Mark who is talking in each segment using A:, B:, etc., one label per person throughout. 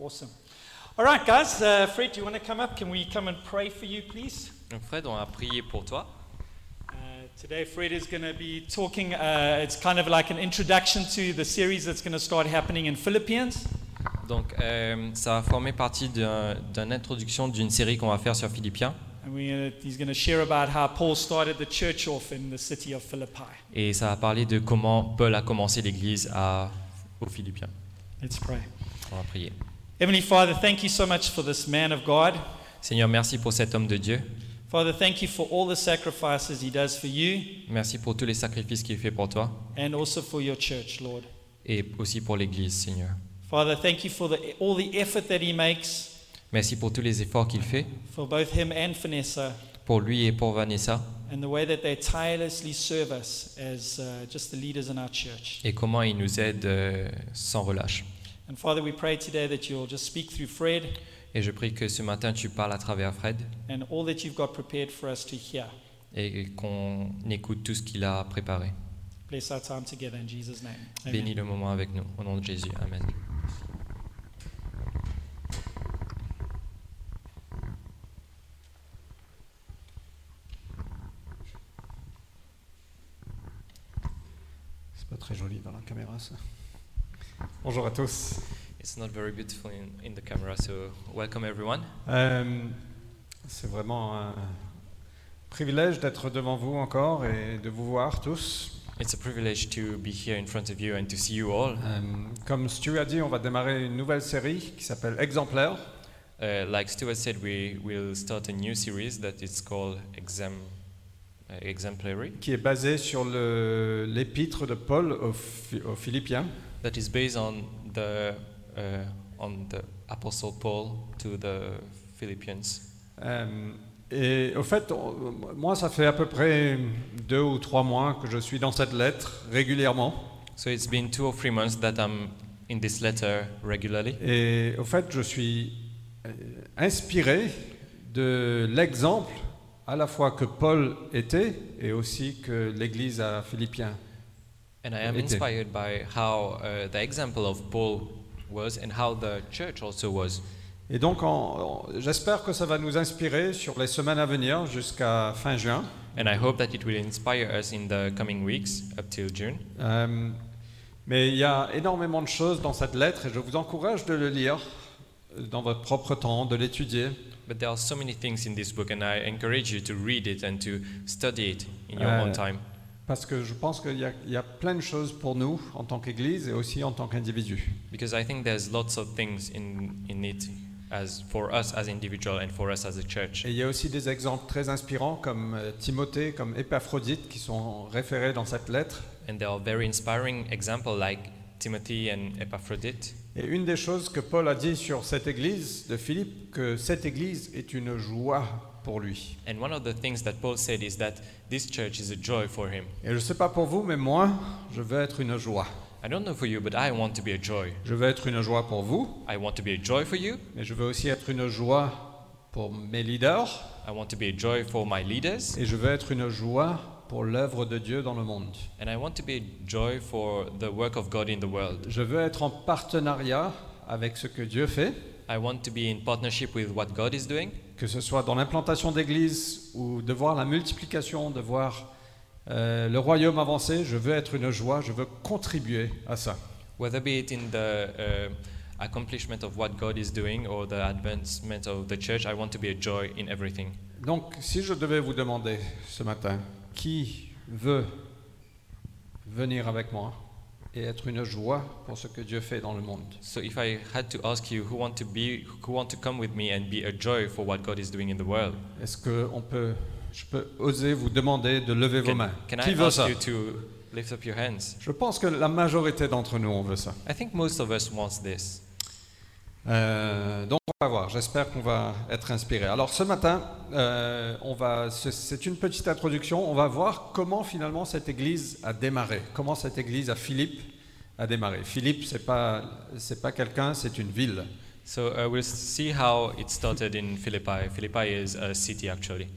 A: Awesome. All right, guys. Uh, Fred, do you want to come up? Can we come and pray for you, please?
B: Donc Fred, on a prié pour toi.
A: Uh, Today, Fred is going to be talking. Uh, it's kind of like an introduction to the series that's going to start happening in Philippians.
B: Donc euh, ça va former partie d'un- d'une introduction d'une série qu'on va faire sur Philippiens.
A: And we, uh, he's going to share about how Paul started the church off in the city of Philippi.
B: Et ça va parler de comment Paul a commencé l'Église à- aux Philippiens.
A: Let's pray.
B: On va prier.
A: Heavenly Father, thank you so much for this man of God.
B: Seigneur, merci pour cet homme de Dieu.
A: Father, thank you for all the sacrifices he does for you
B: Merci pour tous les sacrifices qu'il fait pour toi
A: and also for your church, Lord.
B: et aussi pour l'Église, Seigneur.
A: Father, thank you for the, all the effort that he makes
B: Merci pour tous les efforts qu'il fait
A: for both him and Vanessa
B: pour lui et pour Vanessa
A: and the way that they tirelessly serve us as uh, just the leaders in our church.
B: et comment il nous aide euh, sans relâche.
A: And Father, we pray today that you'll just speak through Fred
B: Et je prie que ce matin tu parles à travers Fred
A: and all that you've got prepared for us to hear.
B: et qu'on écoute tout ce qu'il a préparé.
A: Bless our time together in Jesus' name. Amen.
B: Bénis le moment avec nous. Au nom de Jésus. Amen.
C: C'est pas très joli dans la caméra ça. Bonjour à tous.
B: It's not very beautiful in, in the camera, so welcome everyone.
C: Euh, c'est vraiment un privilège d'être devant vous encore et de vous voir tous.
B: It's a privilege to be here in front of you and to see you all.
C: Euh, comme Stu a dit, on va démarrer une nouvelle série qui s'appelle Exemplaire.
B: Uh, like Stuart said, we will start a new series that is called Exam, uh, Exemplary,
C: qui est basé sur le- l'épître de Paul aux, Phi- aux Philippiens.
B: that is based on the uh, on the Apostle Paul to the Philippians.
C: Euh, et au fait, on- moi, ça fait à peu près deux ou trois mois que je suis dans cette lettre régulièrement.
B: So it's been two or three months that I'm in this letter regularly,
C: Et au fait, je suis euh, inspiré de l'exemple à la fois que Paul était et aussi que l'Église à Philippiens.
B: and I am
C: It did.
B: inspired by how uh, the example of Paul was and how the church also was.
C: Et donc, en- en- j'espère que ça va nous inspirer sur les semaines à venir jusqu'à fin juin.
B: And I hope that it will inspire us in the coming weeks up till June.
C: Euh, mais il y a énormément de choses dans cette lettre et je vous encourage de le lire euh, dans votre propre temps, de l'étudier.
B: But there are so many things in this book, and I encourage you to read it and to study it in your
C: Uh,
B: own time.
C: Parce que je pense qu'il y, a- il y a plein de choses pour nous en tant qu'Église et aussi en tant qu'individu.
B: Because I think there's lots of things in, in it as for us as individual and for us as a church.
C: Et il y a aussi des exemples très inspirants comme euh, Timothée, comme Épaphrodite qui sont référés dans cette lettre.
B: And there are very inspiring examples like Timothy and Epaphrodite.
C: Et une des choses que Paul a dit sur cette église de Philippe, que cette église est une joie pour lui.
B: And one of the things that Paul said is that this church is a joy for him.
C: Et je ne sais pas pour vous, mais moi, je veux être une joie.
B: I don't know for you, but I want to be a joy.
C: Je veux être une joie pour vous,
B: I want to be a joy for you.
C: mais je veux aussi être une joie pour mes leaders,
B: I want to be a joy for my leaders.
C: et je veux être une joie pour l'œuvre de Dieu dans le monde.
B: And I want to be a joy for the work of God in the world.
C: Je veux être en partenariat avec ce que Dieu fait.
B: I want to be in partnership with what God is doing,
C: que ce soit dans l'implantation d'églises ou de voir la multiplication, de voir euh, le royaume avancer, je veux être une joie, je veux contribuer à ça.
B: whether be it in the um accomplishment of what God is doing or the advancement of the church. I want to be a joy in everything.
C: Donc, si je devais vous demander ce matin, qui veut venir avec moi et être une joie pour ce que Dieu fait dans le monde
B: So if I had to ask you who want to be who want to come with me and be a joy for what God is doing in the world,
C: Est-ce que on peut, je peux oser vous demander de lever vos
B: can,
C: mains
B: can
C: Qui
B: I
C: veut
B: ask
C: ça
B: you to lift up your hands?
C: Je pense que la majorité d'entre nous, on veut ça.
B: I think most of us wants this.
C: Euh, donc on va voir, j'espère qu'on va être inspiré. Alors ce matin, euh, on va, c'est- c'est une petite introduction, on va voir comment finalement cette église a démarré, comment cette église à Philippe a démarré. Philippe, c'est pas, c'est pas quelqu'un, c'est une ville.
B: So uh, we'll see how it started in Philippi. Philippi is a city actually.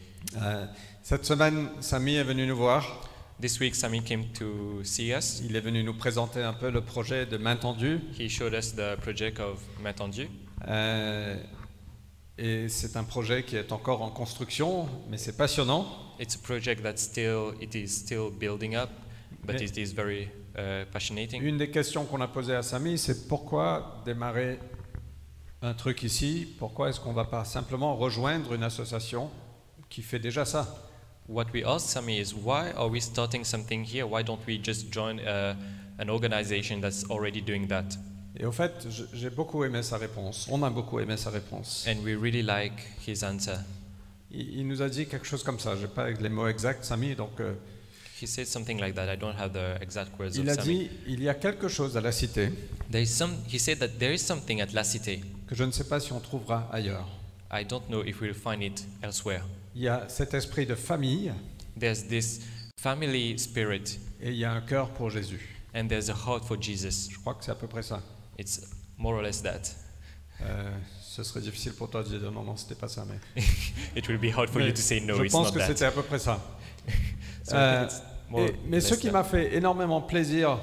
C: Euh, cette semaine, Samy est venu nous voir
B: This week, Sami came to see us.
C: Il est venu nous présenter un peu le projet de main tendue.
B: He showed us the project of Matandu.
C: Euh, et c'est un projet qui est encore en construction, mais c'est passionnant.
B: It's a project that still it is still building up, but
C: Yeah.
B: it is very uh, passionating.
C: Une des questions qu'on a posées à Samy, c'est pourquoi démarrer un truc ici Pourquoi est-ce qu'on ne va pas simplement rejoindre une association qui fait déjà ça
B: What we asked Sami is, why are we starting something here? Why don't we just join uh, an organization that's already doing that?
C: Et au fait, je- j'ai beaucoup aimé sa réponse. On a beaucoup aimé sa réponse.
B: And we really like his answer.
C: Il, il nous a dit quelque chose comme ça. Je n'ai pas les mots exacts, Samy. Donc, euh,
B: He said something like that. I don't have the exact words
C: il
B: of
C: a
B: Sami.
C: dit il y a quelque chose à la cité
B: There is some. He said that there is something at La Cité.
C: que je ne sais pas si on trouvera ailleurs.
B: I don't know if we'll find it elsewhere.
C: Il y a cet esprit de famille
B: There's this family spirit,
C: et il y a un cœur pour Jésus.
B: and there's a heart for Jesus.
C: Je crois que c'est à peu près ça.
B: It's more or less that.
C: Euh, ce serait difficile pour toi de dire non, non, c'était pas ça, mais.
B: It will be hard for
C: Mais
B: you to say no.
C: je
B: it's
C: pense
B: not
C: que
B: that.
C: c'était à peu près ça.
B: So I think
C: Euh,
B: it's more
C: Et- mais
B: or
C: ce
B: less
C: qui
B: that.
C: m'a fait énormément plaisir,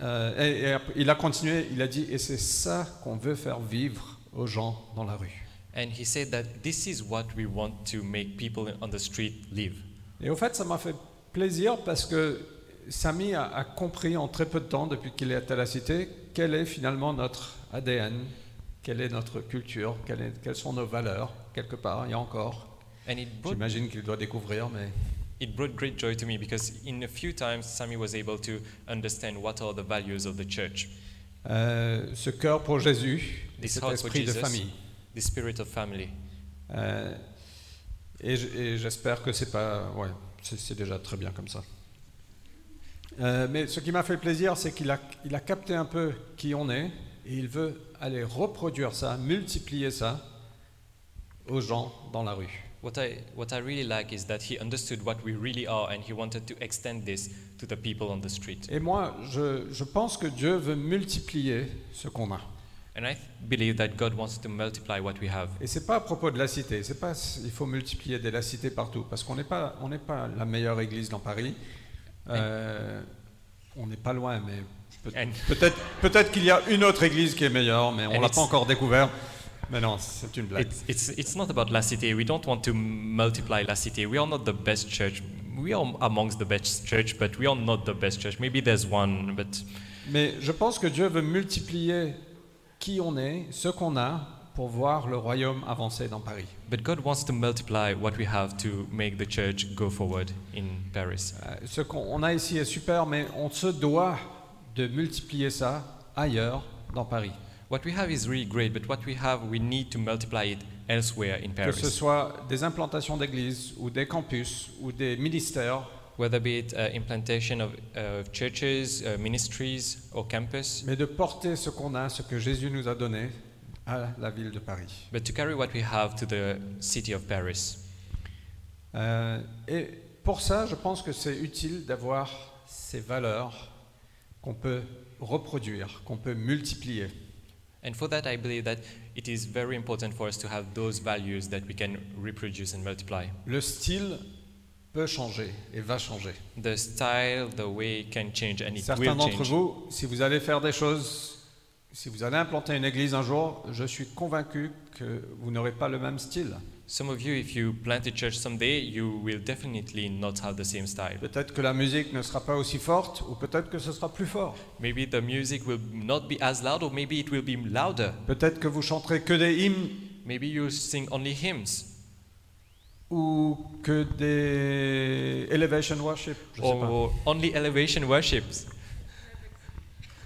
C: euh, et, et ap- il a continué, il a dit, et c'est ça qu'on veut faire vivre aux gens dans la rue.
B: And he said that this is what we want to make people on the street live.
C: Et au fait, ça m'a fait plaisir parce que Samy a, a compris en très peu de temps, depuis qu'il est à la cité, quel est finalement notre ADN, quelle est notre culture, quelle est- quelles sont nos valeurs, quelque part, il y a encore.
B: And it brought,
C: J'imagine qu'il doit découvrir, mais.
B: it brought great joy to me because in a few times Sami was able to understand what are the values of the church,
C: Euh, ce cœur pour Jésus, et
B: This
C: cet
B: heart for
C: esprit de
B: Jesus.
C: famille.
B: the spirit of family.
C: Euh, et j- et j'espère que c'est pas. Ouais, c'est c'est déjà très bien comme ça. Euh, mais ce qui m'a fait plaisir, c'est qu'il a, il a capté un peu qui on est et il veut aller reproduire ça, multiplier ça aux gens dans la rue.
B: What I, what I really like is that he understood what we really are and he wanted to extend this to the people on the street.
C: Et moi, je, je pense que Dieu veut multiplier ce qu'on a.
B: And I th- believe that God wants to multiply what we have.
C: Et c'est pas à propos de la cité, c'est pas s- il faut multiplier des lacités partout, parce qu'on n'est pas on n'est pas la meilleure église dans Paris. Euh, on n'est pas loin, mais peut-
B: And-
C: peut-être peut-être qu'il y a une autre église qui est meilleure, mais on
B: And
C: l'a
B: it's-
C: pas encore découvert. Mais non, c'est une blague.
B: It's, it's, it's not about La Cité. We don't want to multiply La Cité. We are not the best church. We are amongst the best church, but we are not the best church. Maybe there's one, but
C: Mais je pense que Dieu veut multiplier qui on est, ce qu'on a, pour voir le royaume avancer dans Paris.
B: but God wants to multiply what we have to make the church go forward in Paris.
C: Euh, ce qu'on on a ici est super, mais on se doit de multiplier ça ailleurs dans Paris.
B: What we have is really great, but what we have, we need to multiply it elsewhere in
C: Que ce
B: Paris.
C: soit des implantations d'églises ou des campus ou des ministères,
B: Whether be it uh, implantation of uh, churches, uh, ministries, or campus,
C: mais de porter ce qu'on a, ce que Jésus nous a donné à la ville de Paris.
B: but to carry what we have to the city of Paris.
C: Euh, et pour ça, je pense que c'est utile d'avoir ces valeurs qu'on peut reproduire, qu'on peut multiplier.
B: And for that, I believe that it is very important for us to have those values that we can reproduce and multiply.
C: Le style peut changer et va changer.
B: The style, the way can change, and it
C: Certains
B: will
C: d'entre
B: change.
C: vous, si vous allez faire des choses, si vous allez implanter une église un jour, je suis convaincu que vous n'aurez pas le même style.
B: Some of you, if you plant a church someday, you will definitely not have the same style.
C: Peut-être que la musique ne sera pas aussi forte, ou peut-être que ce sera plus fort.
B: Maybe the music will not be as loud, or maybe it will be louder.
C: Peut-être que vous chanterez que des hymnes,
B: Maybe you sing only hymns,
C: ou que des Elevation Worship. Je sais pas.
B: or only elevation worships.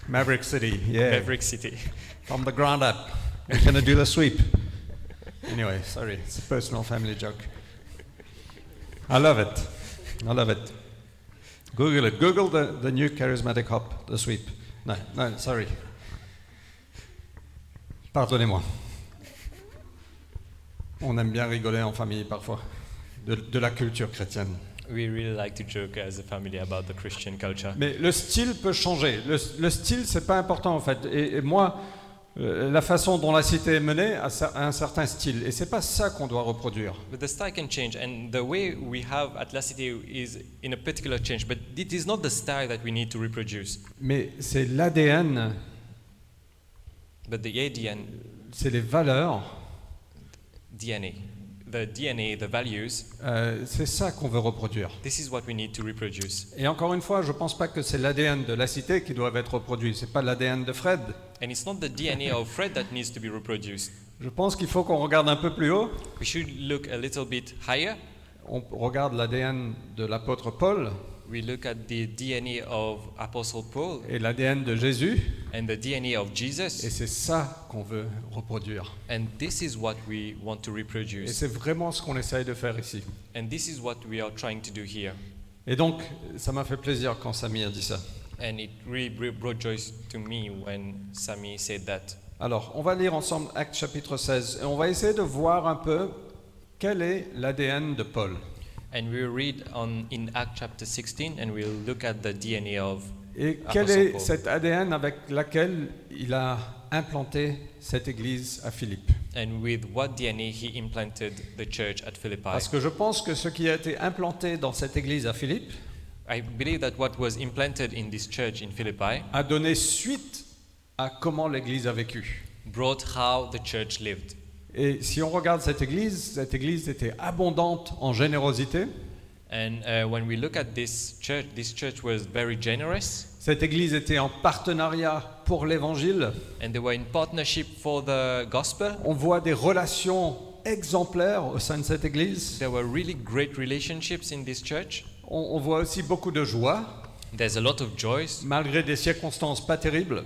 C: Maverick City, yeah.
B: Maverick City.
C: From the ground up. We're gonna do the sweep. Anyway, sorry, it's a personal family joke. I love it. I love it. Google it. Google the, the new charismatic hop, the sweep. No, no, sorry. Pardonnez-moi. On aime bien rigoler en famille parfois de, de la culture chrétienne.
B: We really like to joke as a family about the Christian culture.
C: Mais le style peut changer. Le, le style, c'est pas important en fait. Et, et moi, Euh, La façon dont la cité est menée a cer- a un certain style, et c'est pas ça qu'on doit reproduire.
B: But the style can change, and the way we have at La Cité is in a particular change, but it is not the style that we need to reproduce,
C: Mais c'est l'ADN,
B: but the ADN,
C: c'est les valeurs,
B: DNA. The DNA, the values,
C: euh, c'est ça qu'on veut reproduire.
B: this is what we need to reproduce.
C: Et encore une fois, je ne pense pas que c'est l'ADN de la cité qui doit être reproduit, c'est pas l'ADN de Fred.
B: And it's not the DNA of Fred that needs to be reproduced.
C: Je pense qu'il faut qu'on regarde un peu plus haut.
B: We should look a little bit higher.
C: On regarde l'ADN de l'apôtre Paul
B: We look at the DNA of Apostle Paul
C: et l'ADN de Jésus,
B: and the DNA of
C: et
B: Jesus,
C: c'est ça qu'on veut reproduire.
B: and this is what we want to
C: Et
B: reproduce,
C: c'est vraiment ce qu'on essaye de faire ici.
B: and this is what we are trying to do here.
C: Et donc, ça m'a fait plaisir quand Samy a dit ça.
B: And it really br- brought joy to me when Sami said that.
C: Alors, on va lire ensemble Acte chapitre 16 et on va essayer de voir un peu quel est l'ADN de Paul.
B: And we'll read on in Act chapter 16, and we'll look at the DNA of
C: Et
B: Apostle
C: quel est
B: Paul.
C: cet ADN avec laquelle il a implanté cette église à Philippe
B: and with what DNA he implanted the church at Philippi.
C: Parce que je pense que ce qui a été implanté dans cette église à Philippe
B: I believe that what was implanted in this church in Philippi
C: a donné suite à comment l'église a vécu.
B: brought how the church lived.
C: Et si on regarde cette église, cette église était abondante en générosité.
B: And uh, when we look at this church, this church was very generous,
C: Cette église était en partenariat pour l'évangile.
B: and they were in partnership for the gospel.
C: On voit des relations exemplaires au sein de cette église.
B: There were really great relationships in this church.
C: On, on voit aussi beaucoup de joie,
B: There's a lot of joys,
C: malgré des circonstances pas terribles.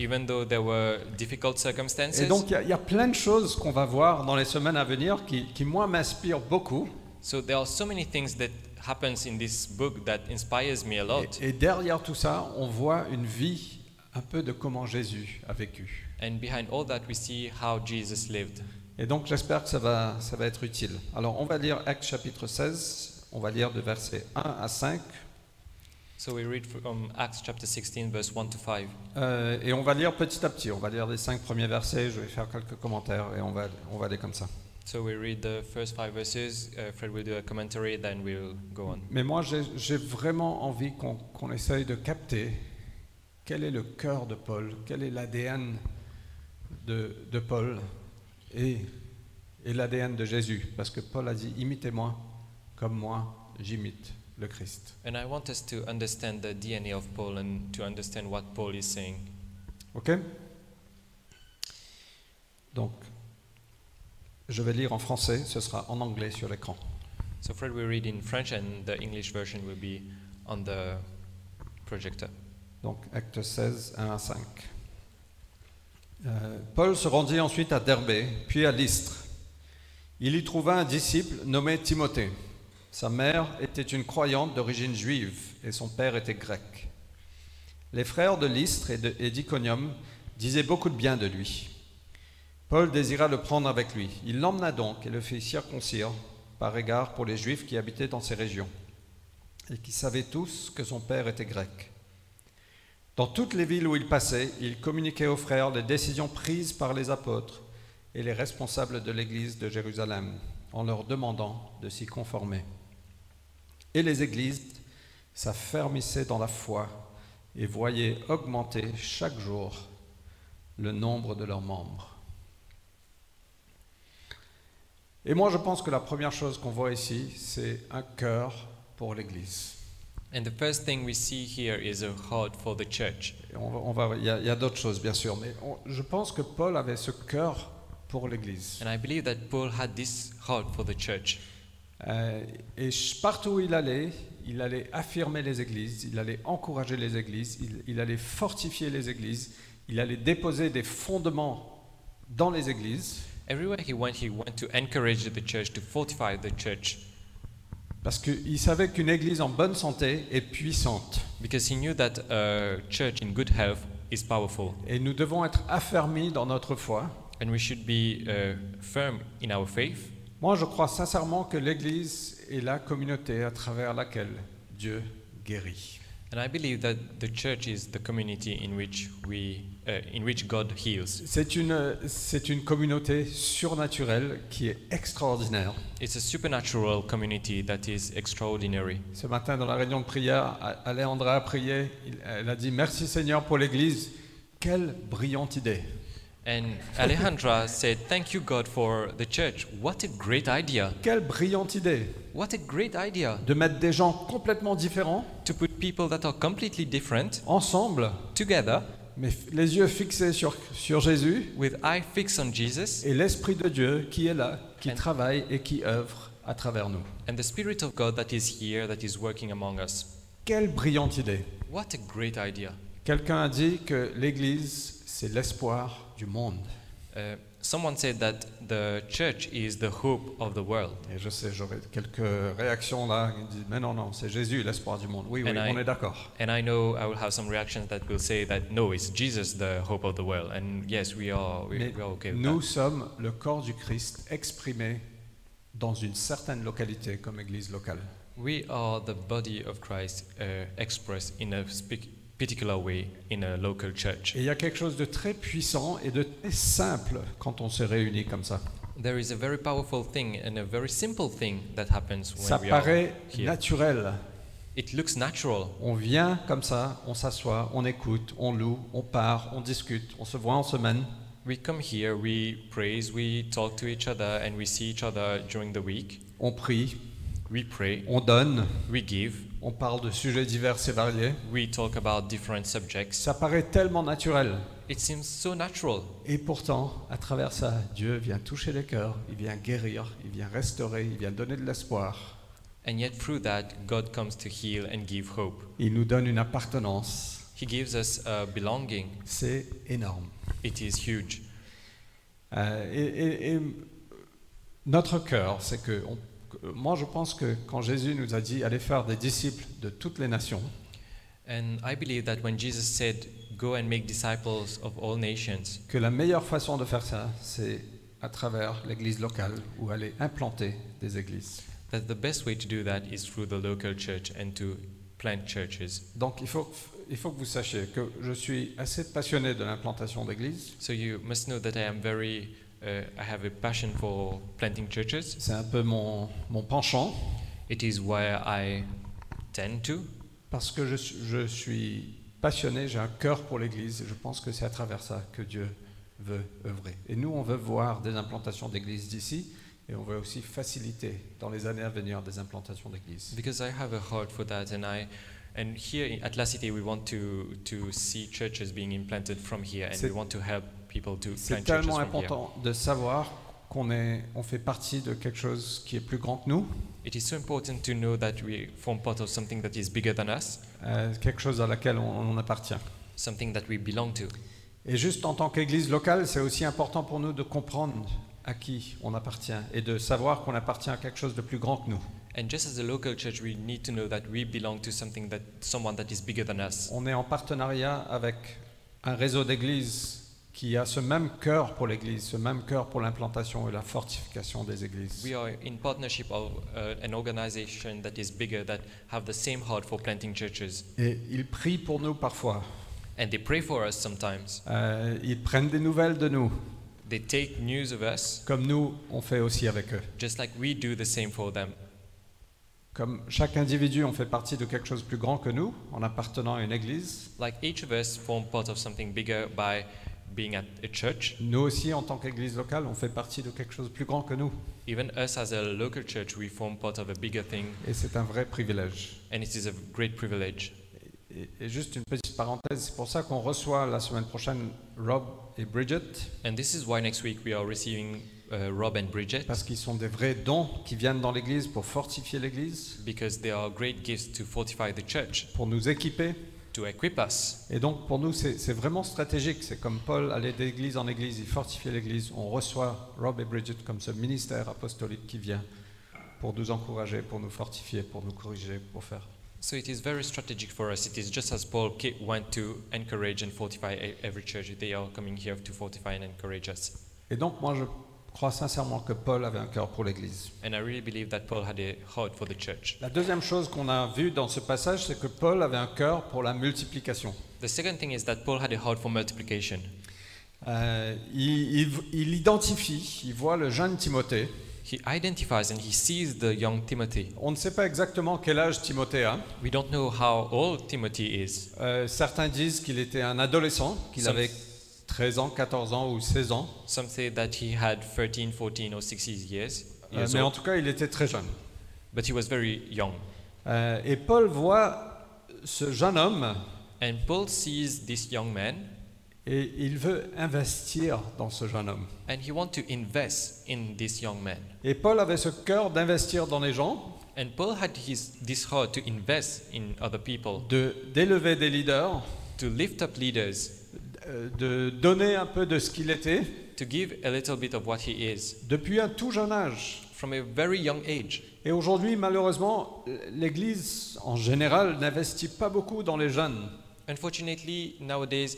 B: even though there were difficult
C: Et
B: circumstances.
C: donc, il y a- il y, a plein de choses qu'on va voir dans les semaines à venir qui, qui moi, m'inspirent beaucoup.
B: So there are so many things that happens in this book that inspires me a lot.
C: Et, et derrière tout ça, on voit une vie un peu de comment Jésus a vécu.
B: And behind all that, we see how Jesus lived.
C: Et donc, j'espère que ça va, ça va être utile. Alors, on va lire Actes chapitre 16. On va lire de versets 1 à 5.
B: So we read from Acts chapter 16, verse 1 to 5.
C: Euh, et on va lire petit à petit. On va lire les cinq premiers versets. Je vais faire quelques commentaires et on va, on va aller comme ça.
B: So we read the first five verses. Uh, Fred will do a commentary, then we'll go on.
C: Mais moi, j'ai j'ai vraiment envie qu'on qu'on essaye de capter quel est le cœur de Paul, quel est l'ADN de, de Paul et, et l'ADN de Jésus. Parce que Paul a dit, imitez-moi comme moi, j'imite le Christ.
B: And I want us to understand the DNA of Paul and to understand what Paul is saying.
C: OK Donc, je vais lire en français, ce sera en anglais sur l'écran.
B: So Fred will read in French, and the English version will be on the projector.
C: Donc, acte 16, 1 à 5. Euh, Paul se rendit ensuite à Derbé, puis à Lystre. Il y trouva un disciple nommé Timothée. Sa mère était une croyante d'origine juive et son père était grec. Les frères de Lystre et de- et d'Iconium disaient beaucoup de bien de lui. Paul désira le prendre avec lui. Il l'emmena donc et le fit circoncire par égard pour les juifs qui habitaient dans ces régions et qui savaient tous que son père était grec. Dans toutes les villes où il passait, il communiquait aux frères les décisions prises par les apôtres et les responsables de l'Église de Jérusalem, en leur demandant de s'y conformer. Et les églises s'affermissaient dans la foi et voyaient augmenter chaque jour le nombre de leurs membres. Et moi, je pense que la première chose qu'on voit ici, c'est un cœur pour l'Église.
B: And the first thing we see here is a heart for the church.
C: Et On va, on va- il y a, il y a d'autres choses, bien sûr, mais on- je pense que Paul avait ce cœur pour l'Église.
B: And I believe that Paul had this heart for the church.
C: Euh, et ch- partout où il allait, il allait affirmer les églises, il allait encourager les églises, il, il allait fortifier les églises, il allait déposer des fondements dans les églises,
B: Everywhere he went, he went to encourage the church, to fortify the church,
C: parce qu'il savait qu'une église en bonne santé est puissante.
B: because he knew that a church in good health is powerful,
C: Et nous devons être affermis dans notre foi.
B: and we should be uh, firm in our faith.
C: Moi, je crois sincèrement que l'église est la communauté à travers laquelle Dieu guérit.
B: And I believe that the church is the community in which we uh, in which God heals.
C: C'est une, c'est une communauté surnaturelle qui est extraordinaire.
B: It's a supernatural community that is extraordinary.
C: Ce matin, dans la réunion de prière, A- Alejandra a prié. Il- Elle a dit Merci Seigneur pour l'Église. Quelle brillante idée.
B: And Alejandra said, Thank you, God, for the church. What a great idea!
C: Quelle brillante idée
B: What a great idea
C: de mettre des gens complètement différents
B: to put people that are completely different
C: ensemble,
B: together
C: mais f- les yeux fixés sur, sur Jésus
B: with eye fixed on Jesus
C: et l'Esprit de Dieu qui est là, qui
B: Amen.
C: travaille et qui œuvre à travers nous.
B: and the Spirit of God that is here, that is working among us.
C: Quelle brillante idée
B: What a great idea!
C: Quelqu'un a dit que l'Église, c'est l'espoir du monde.
B: Uh, someone said that the church is the hope of the world.
C: Et je sais, j'aurai quelques réactions là. Ils disent, mais non, non, c'est Jésus, l'espoir du monde. Oui, oui,
B: And I-
C: on est d'accord.
B: And I know I will have some reactions that will say that no, it's Jesus the hope of the world. And yes, we are, we,
C: Mais
B: we are okay with
C: nous
B: that.
C: sommes le corps du Christ exprimé dans une certaine localité comme Église locale.
B: We are the body of Christ uh, expressed in a spec- particular way in a local church.
C: Et il y a quelque chose de très puissant et de très simple quand on se réunit comme ça.
B: There is a very powerful thing and a very simple thing that happens when
C: Ça
B: we are.
C: paraît
B: here.
C: naturel.
B: It looks natural.
C: On vient comme ça, on s'assoit, on écoute, on loue, on part, on discute, on se voit en semaine.
B: We come here, we praise, we talk to each other, and we see each other during the week.
C: On prie,
B: We pray,
C: on donne,
B: we give,
C: on parle de sujets divers et variés.
B: we talk about different subjects.
C: Ça paraît tellement naturel.
B: It seems so natural.
C: Et pourtant, à travers ça, Dieu vient toucher les cœurs, il vient guérir, il vient restaurer, il vient donner de l'espoir.
B: And yet, through that, God comes to heal and give hope.
C: Il nous donne une appartenance.
B: He gives us a belonging.
C: C'est énorme.
B: It is huge.
C: Euh, et, et- et notre cœur, c'est que, on- que- moi je pense que quand Jésus nous a dit allez faire des disciples de toutes les nations,
B: And I believe that when Jesus said, Go and make disciples of all nations,
C: que la meilleure façon de faire ça, c'est à travers l'église locale ou aller implanter des églises.
B: that the best way to do that is through the local church and to plant churches.
C: Donc il faut, il faut que vous sachiez que je suis assez passionné de l'implantation d'églises.
B: So you must know that I am very, uh, I have a passion for planting churches.
C: C'est un peu mon, mon penchant
B: It is where I tend to,
C: parce que je, suis- je suis passionné, j'ai un cœur pour l'église et je pense que c'est à travers ça que Dieu veut œuvrer. Et nous, on veut voir des implantations d'églises d'ici et on veut aussi faciliter dans les années à venir des implantations d'églises.
B: because I have a heart for that, and I, and here in- at La Cité, we want to to see churches being implanted from here, and we
C: C'est-
B: want to help people to
C: C'est
B: plant churches
C: tellement
B: from here.
C: important de savoir qu'on est, on fait partie de quelque chose qui est plus grand que nous,
B: It is so important to know that we form part of something that is bigger than us,
C: euh, quelque chose à laquelle on, on appartient.
B: something that we belong to.
C: Et juste en tant qu'Église locale, c'est aussi important pour nous de comprendre à qui on appartient et de savoir qu'on appartient à quelque chose de plus grand que nous.
B: And just as a local church, we need to know that we belong to something that someone that is bigger than us.
C: On est en partenariat avec un réseau d'églises qui a ce même cœur pour l'Église, ce même cœur pour l'implantation et la fortification des églises.
B: We are in partnership of uh, an organization that is bigger that have the same heart for planting churches,
C: Et ils prient pour nous parfois.
B: and they pray for us sometimes.
C: Euh, ils prennent des nouvelles de nous,
B: They take news of us,
C: comme nous, on fait aussi avec eux.
B: just like we do the same for them.
C: Comme chaque individu, on fait partie de quelque chose de plus grand que nous, en appartenant à une église.
B: Like each of us form part of something bigger by being at a church.
C: Nous aussi, en tant qu'église locale, on fait partie de quelque chose de plus grand que nous.
B: Even us as a local church, we form part of a bigger thing,
C: Et c'est un vrai privilège.
B: and it is a great privilege.
C: Et, et juste une petite parenthèse, c'est pour ça qu'on reçoit la semaine prochaine Rob et Bridget,
B: And this is why next week we are receiving uh, Rob and Bridget,
C: parce qu'ils sont des vrais dons qui viennent dans l'Église pour fortifier l'Église,
B: because they are great gifts to fortify the church,
C: pour nous équiper.
B: to equip us.
C: Et donc pour nous, c'est c'est vraiment stratégique. C'est comme Paul allait d'église en église, il fortifiait l'Église. On reçoit Rob et Bridget comme ce ministère apostolique qui vient pour nous encourager, pour nous fortifier, pour nous corriger, pour faire.
B: So it is very strategic for us. It is just as Paul ca- went to encourage and fortify e- every church. They are coming here to fortify and encourage us.
C: Et donc moi, je crois sincèrement que Paul avait un cœur pour l'Église.
B: And I really believe that Paul had a heart for the church.
C: La deuxième chose qu'on a vue dans ce passage, c'est que Paul avait un cœur pour la multiplication.
B: The second thing is that Paul had a heart for multiplication.
C: Euh, il, il- il identifie, il voit le jeune Timothée.
B: He identifies and he sees the young Timothy.
C: On ne sait pas exactement quel âge Timothée a.
B: We don't know how old Timothy is.
C: Euh, certains disent qu'il était un adolescent, qu'il
B: Some-
C: avait 13 ans, 14 ans ou 16 ans.
B: Some say that he had 13, 14, or 16 years.
C: Euh,
B: years
C: mais en
B: old,
C: tout cas, il était très jeune.
B: but he was very young.
C: Euh, et Paul voit ce jeune homme
B: And Paul sees this young man
C: et il veut investir dans ce jeune homme.
B: and he wants to invest in this young man.
C: Et Paul avait ce cœur d'investir dans les gens,
B: And Paul had his, this heart to invest in other people,
C: de d'élever des leaders,
B: to lift up leaders,
C: euh, de donner un peu de ce qu'il était
B: to give a little bit of what he is
C: depuis un tout jeune âge.
B: from a very young age.
C: Et aujourd'hui, malheureusement, l'Église en général n'investit pas beaucoup dans les jeunes.
B: Unfortunately, nowadays,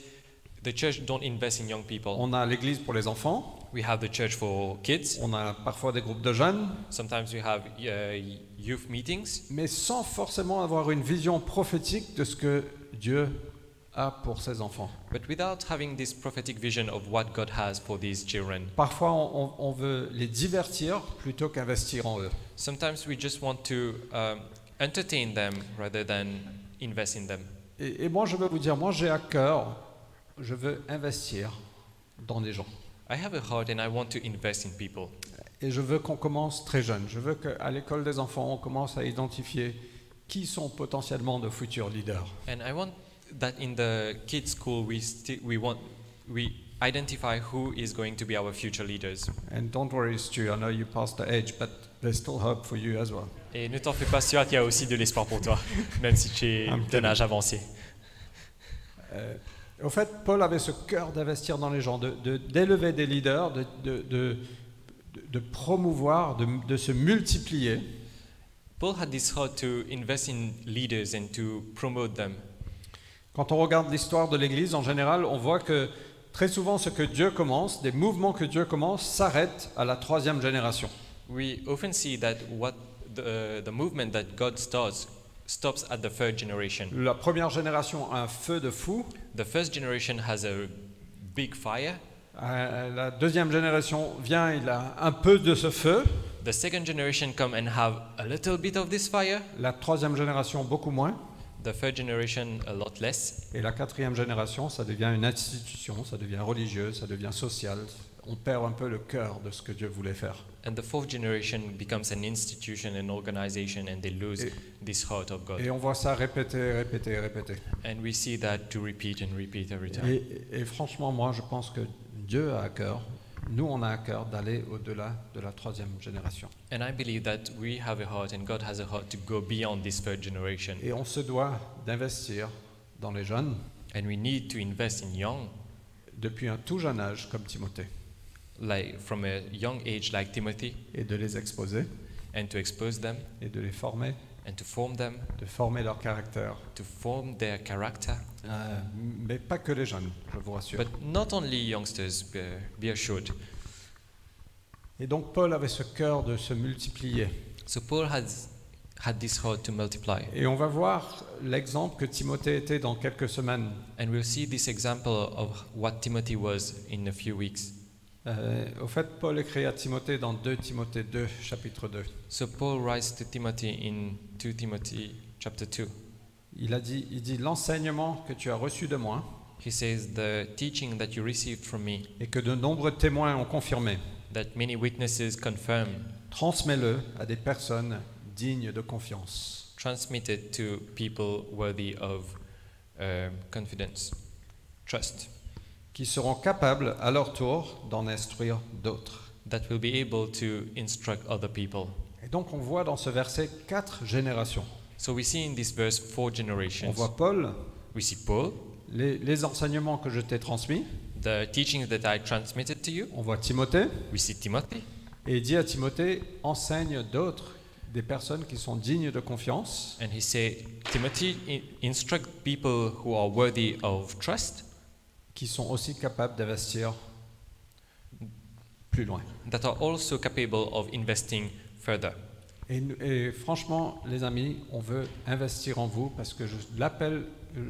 B: the church don't invest in young people.
C: On a l'Église pour les enfants,
B: We have the church for kids.
C: on a parfois des groupes de jeunes,
B: Sometimes we have uh, youth meetings,
C: mais sans forcément avoir une vision prophétique de ce que Dieu a pour ses enfants.
B: but without having this prophetic vision of what God has for these children.
C: Parfois, on, on- on veut les divertir plutôt qu'investir en eux.
B: Sometimes we just want to um, entertain them rather than invest in them.
C: Et, et moi, je veux vous dire, moi, j'ai à cœur, je veux investir dans les gens.
B: I have a heart and I want to invest in people.
C: Et je veux qu'on commence très jeune. Je veux qu'à l'école des enfants, on commence à identifier qui sont potentiellement nos futurs leaders.
B: And I want that in the kids' school we, sti- we, want, we identify who is going to be our future leaders.
C: And don't worry, Stu, I know you passed the age, but there's still hope for you as well.
B: Et ne t'en fais pas, Stuart, il y a aussi de l'espoir pour toi, même si tu es
C: Un petit
B: d'un
C: peu.
B: âge avancé.
C: Euh, au fait, Paul avait ce cœur d'investir dans les gens, de- de- d'élever des leaders, de, de- de- de- de promouvoir, de, de se multiplier.
B: Paul had this heart to invest in leaders and to promote them.
C: Quand on regarde l'histoire de l'Église, en général, on voit que très souvent, ce que Dieu commence, des mouvements que Dieu commence, s'arrêtent à la troisième génération.
B: We often see that what the, the movement that God starts stops at the third generation.
C: La première génération a un feu de fou.
B: The first generation has a big fire.
C: euh, La deuxième génération vient, il a un peu de ce feu.
B: The second generation come and have a little bit of this fire.
C: La troisième génération, beaucoup moins.
B: The third generation a lot less.
C: Et la quatrième génération, ça devient une institution, ça devient religieux, ça devient social. On perd un peu le cœur de ce que Dieu voulait faire.
B: And the fourth generation becomes an institution, an organization, and they lose
C: Et-
B: this heart of God.
C: Et on voit ça répéter, répéter, répéter.
B: And we see that to repeat and repeat every time.
C: Et, et franchement, moi, je pense que Dieu a à cœur, nous, on a à cœur d'aller au-delà de la troisième génération.
B: And I believe that we have a heart and God has a heart to go beyond this third generation.
C: Et on se doit d'investir dans les jeunes
B: And we need to invest in young,
C: depuis un tout jeune âge, comme Timothée,
B: like from a young age like Timothy,
C: et de les exposer,
B: and to expose them
C: et de les former,
B: and to form them,
C: de former leur caractère.
B: to form their character.
C: Euh, mais pas que les jeunes, je vous rassure.
B: But not only youngsters, be, be assured.
C: Et donc Paul avait ce cœur de se multiplier.
B: So Paul has had this heart to multiply.
C: Et on va voir l'exemple que Timothée était dans quelques semaines.
B: And we'll see this example of what Timothy was in a few weeks.
C: Euh, au fait, Paul écrit à Timothée dans 2 Timothée 2, chapitre 2.
B: So Paul writes to Timothy in 2 Timothy chapter 2.
C: Il, a dit, il dit L'enseignement que tu as reçu de moi
B: He says, The teaching that you received from me,
C: et que de nombreux témoins ont confirmé,
B: that many witnesses confirm,
C: transmets-le à des personnes dignes de confiance.
B: transmitted to people worthy of uh, confidence, trust,
C: qui seront capables à leur tour d'en instruire d'autres.
B: that will be able to instruct other people.
C: Et donc on voit dans ce verset quatre générations.
B: So we see in this verse four
C: On
B: generations.
C: voit Paul,
B: We see Paul,
C: les- les enseignements que je t'ai transmis,
B: the teachings that I transmitted to you.
C: on voit Timothée,
B: We see Timothy.
C: Et il dit à Timothée, enseigne d'autres, des personnes qui sont dignes de confiance,
B: And he said, Timothy, i- instruct people who are worthy of trust,
C: qui sont aussi capables d'investir plus loin.
B: that are also capable of investing further.
C: Et, et franchement, les amis, on veut investir en vous parce que je l'appelle,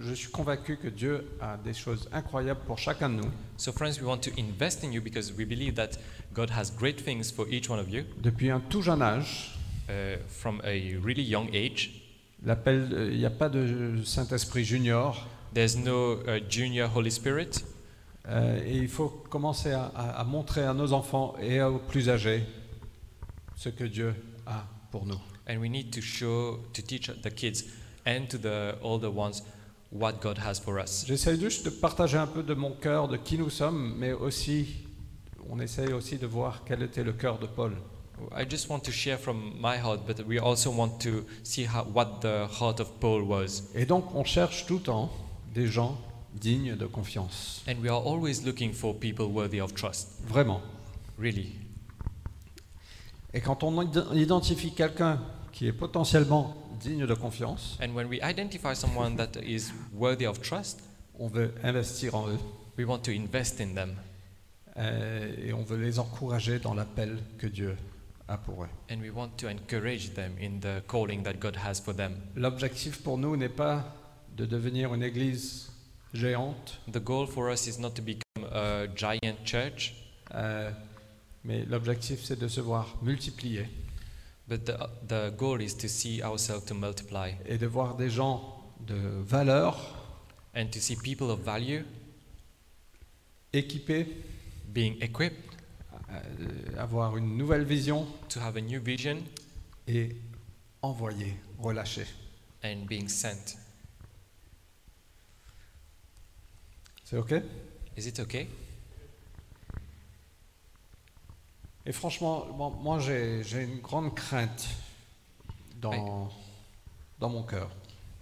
C: je suis convaincu que Dieu a des choses incroyables pour chacun de nous.
B: So, friends, we want to invest in you because we believe that God has great things for each one of you
C: Depuis un tout jeune âge,
B: uh, from a really young age.
C: l'appel, euh, il n'y a pas de Saint-Esprit junior
B: There's no uh, junior Holy Spirit,
C: euh, et il faut commencer à, à- à montrer à nos enfants et aux plus âgés ce que Dieu a pour nous.
B: and we need to show, to teach the kids and to the older ones what God has for us.
C: J'essaie juste de partager un peu de mon cœur, de qui nous sommes, mais aussi, on essaye aussi de voir quel était le cœur de Paul.
B: I just want to share from my heart, but we also want to see how, what the heart of Paul was.
C: Et donc, on cherche tout le temps des gens dignes de confiance.
B: And we are always looking for people worthy of trust,
C: Vraiment.
B: really.
C: Et quand on id- identifie quelqu'un qui est potentiellement digne de confiance,
B: And when we identify someone that is worthy of trust,
C: on veut investir en eux
B: we want to invest in them
C: euh, et on veut les encourager dans l'appel que Dieu a pour eux.
B: and we want to encourage them in the calling that God has for them.
C: L'objectif pour nous n'est pas de devenir une église géante,
B: The goal for us is not to become a giant church,
C: euh, mais l'objectif c'est de se voir multiplier
B: but the, the goal is to see ourselves to multiply
C: et de voir des gens de valeur
B: and to see people of value
C: équipés,
B: being equipped
C: euh, avoir une nouvelle vision
B: to have a new vision
C: et envoyés, relâchés.
B: and being sent.
C: C'est OK
B: Is it okay?
C: Et franchement, bon, moi j'ai j'ai une grande crainte dans, dans mon cœur.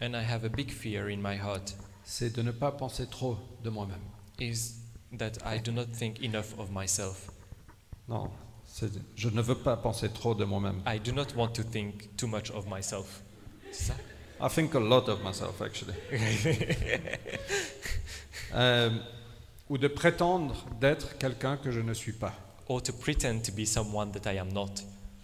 B: And I have a big fear in my heart
C: C'est de ne pas penser trop de moi-même.
B: is that I do not think enough of myself.
C: Non, c'est- je ne veux pas penser trop de moi-même.
B: I do not want to think too much of myself. C'est ça?
C: I think a lot of myself, actually. Euh, ou de prétendre d'être quelqu'un que je ne suis pas.
B: Or to pretend to be someone that I am not.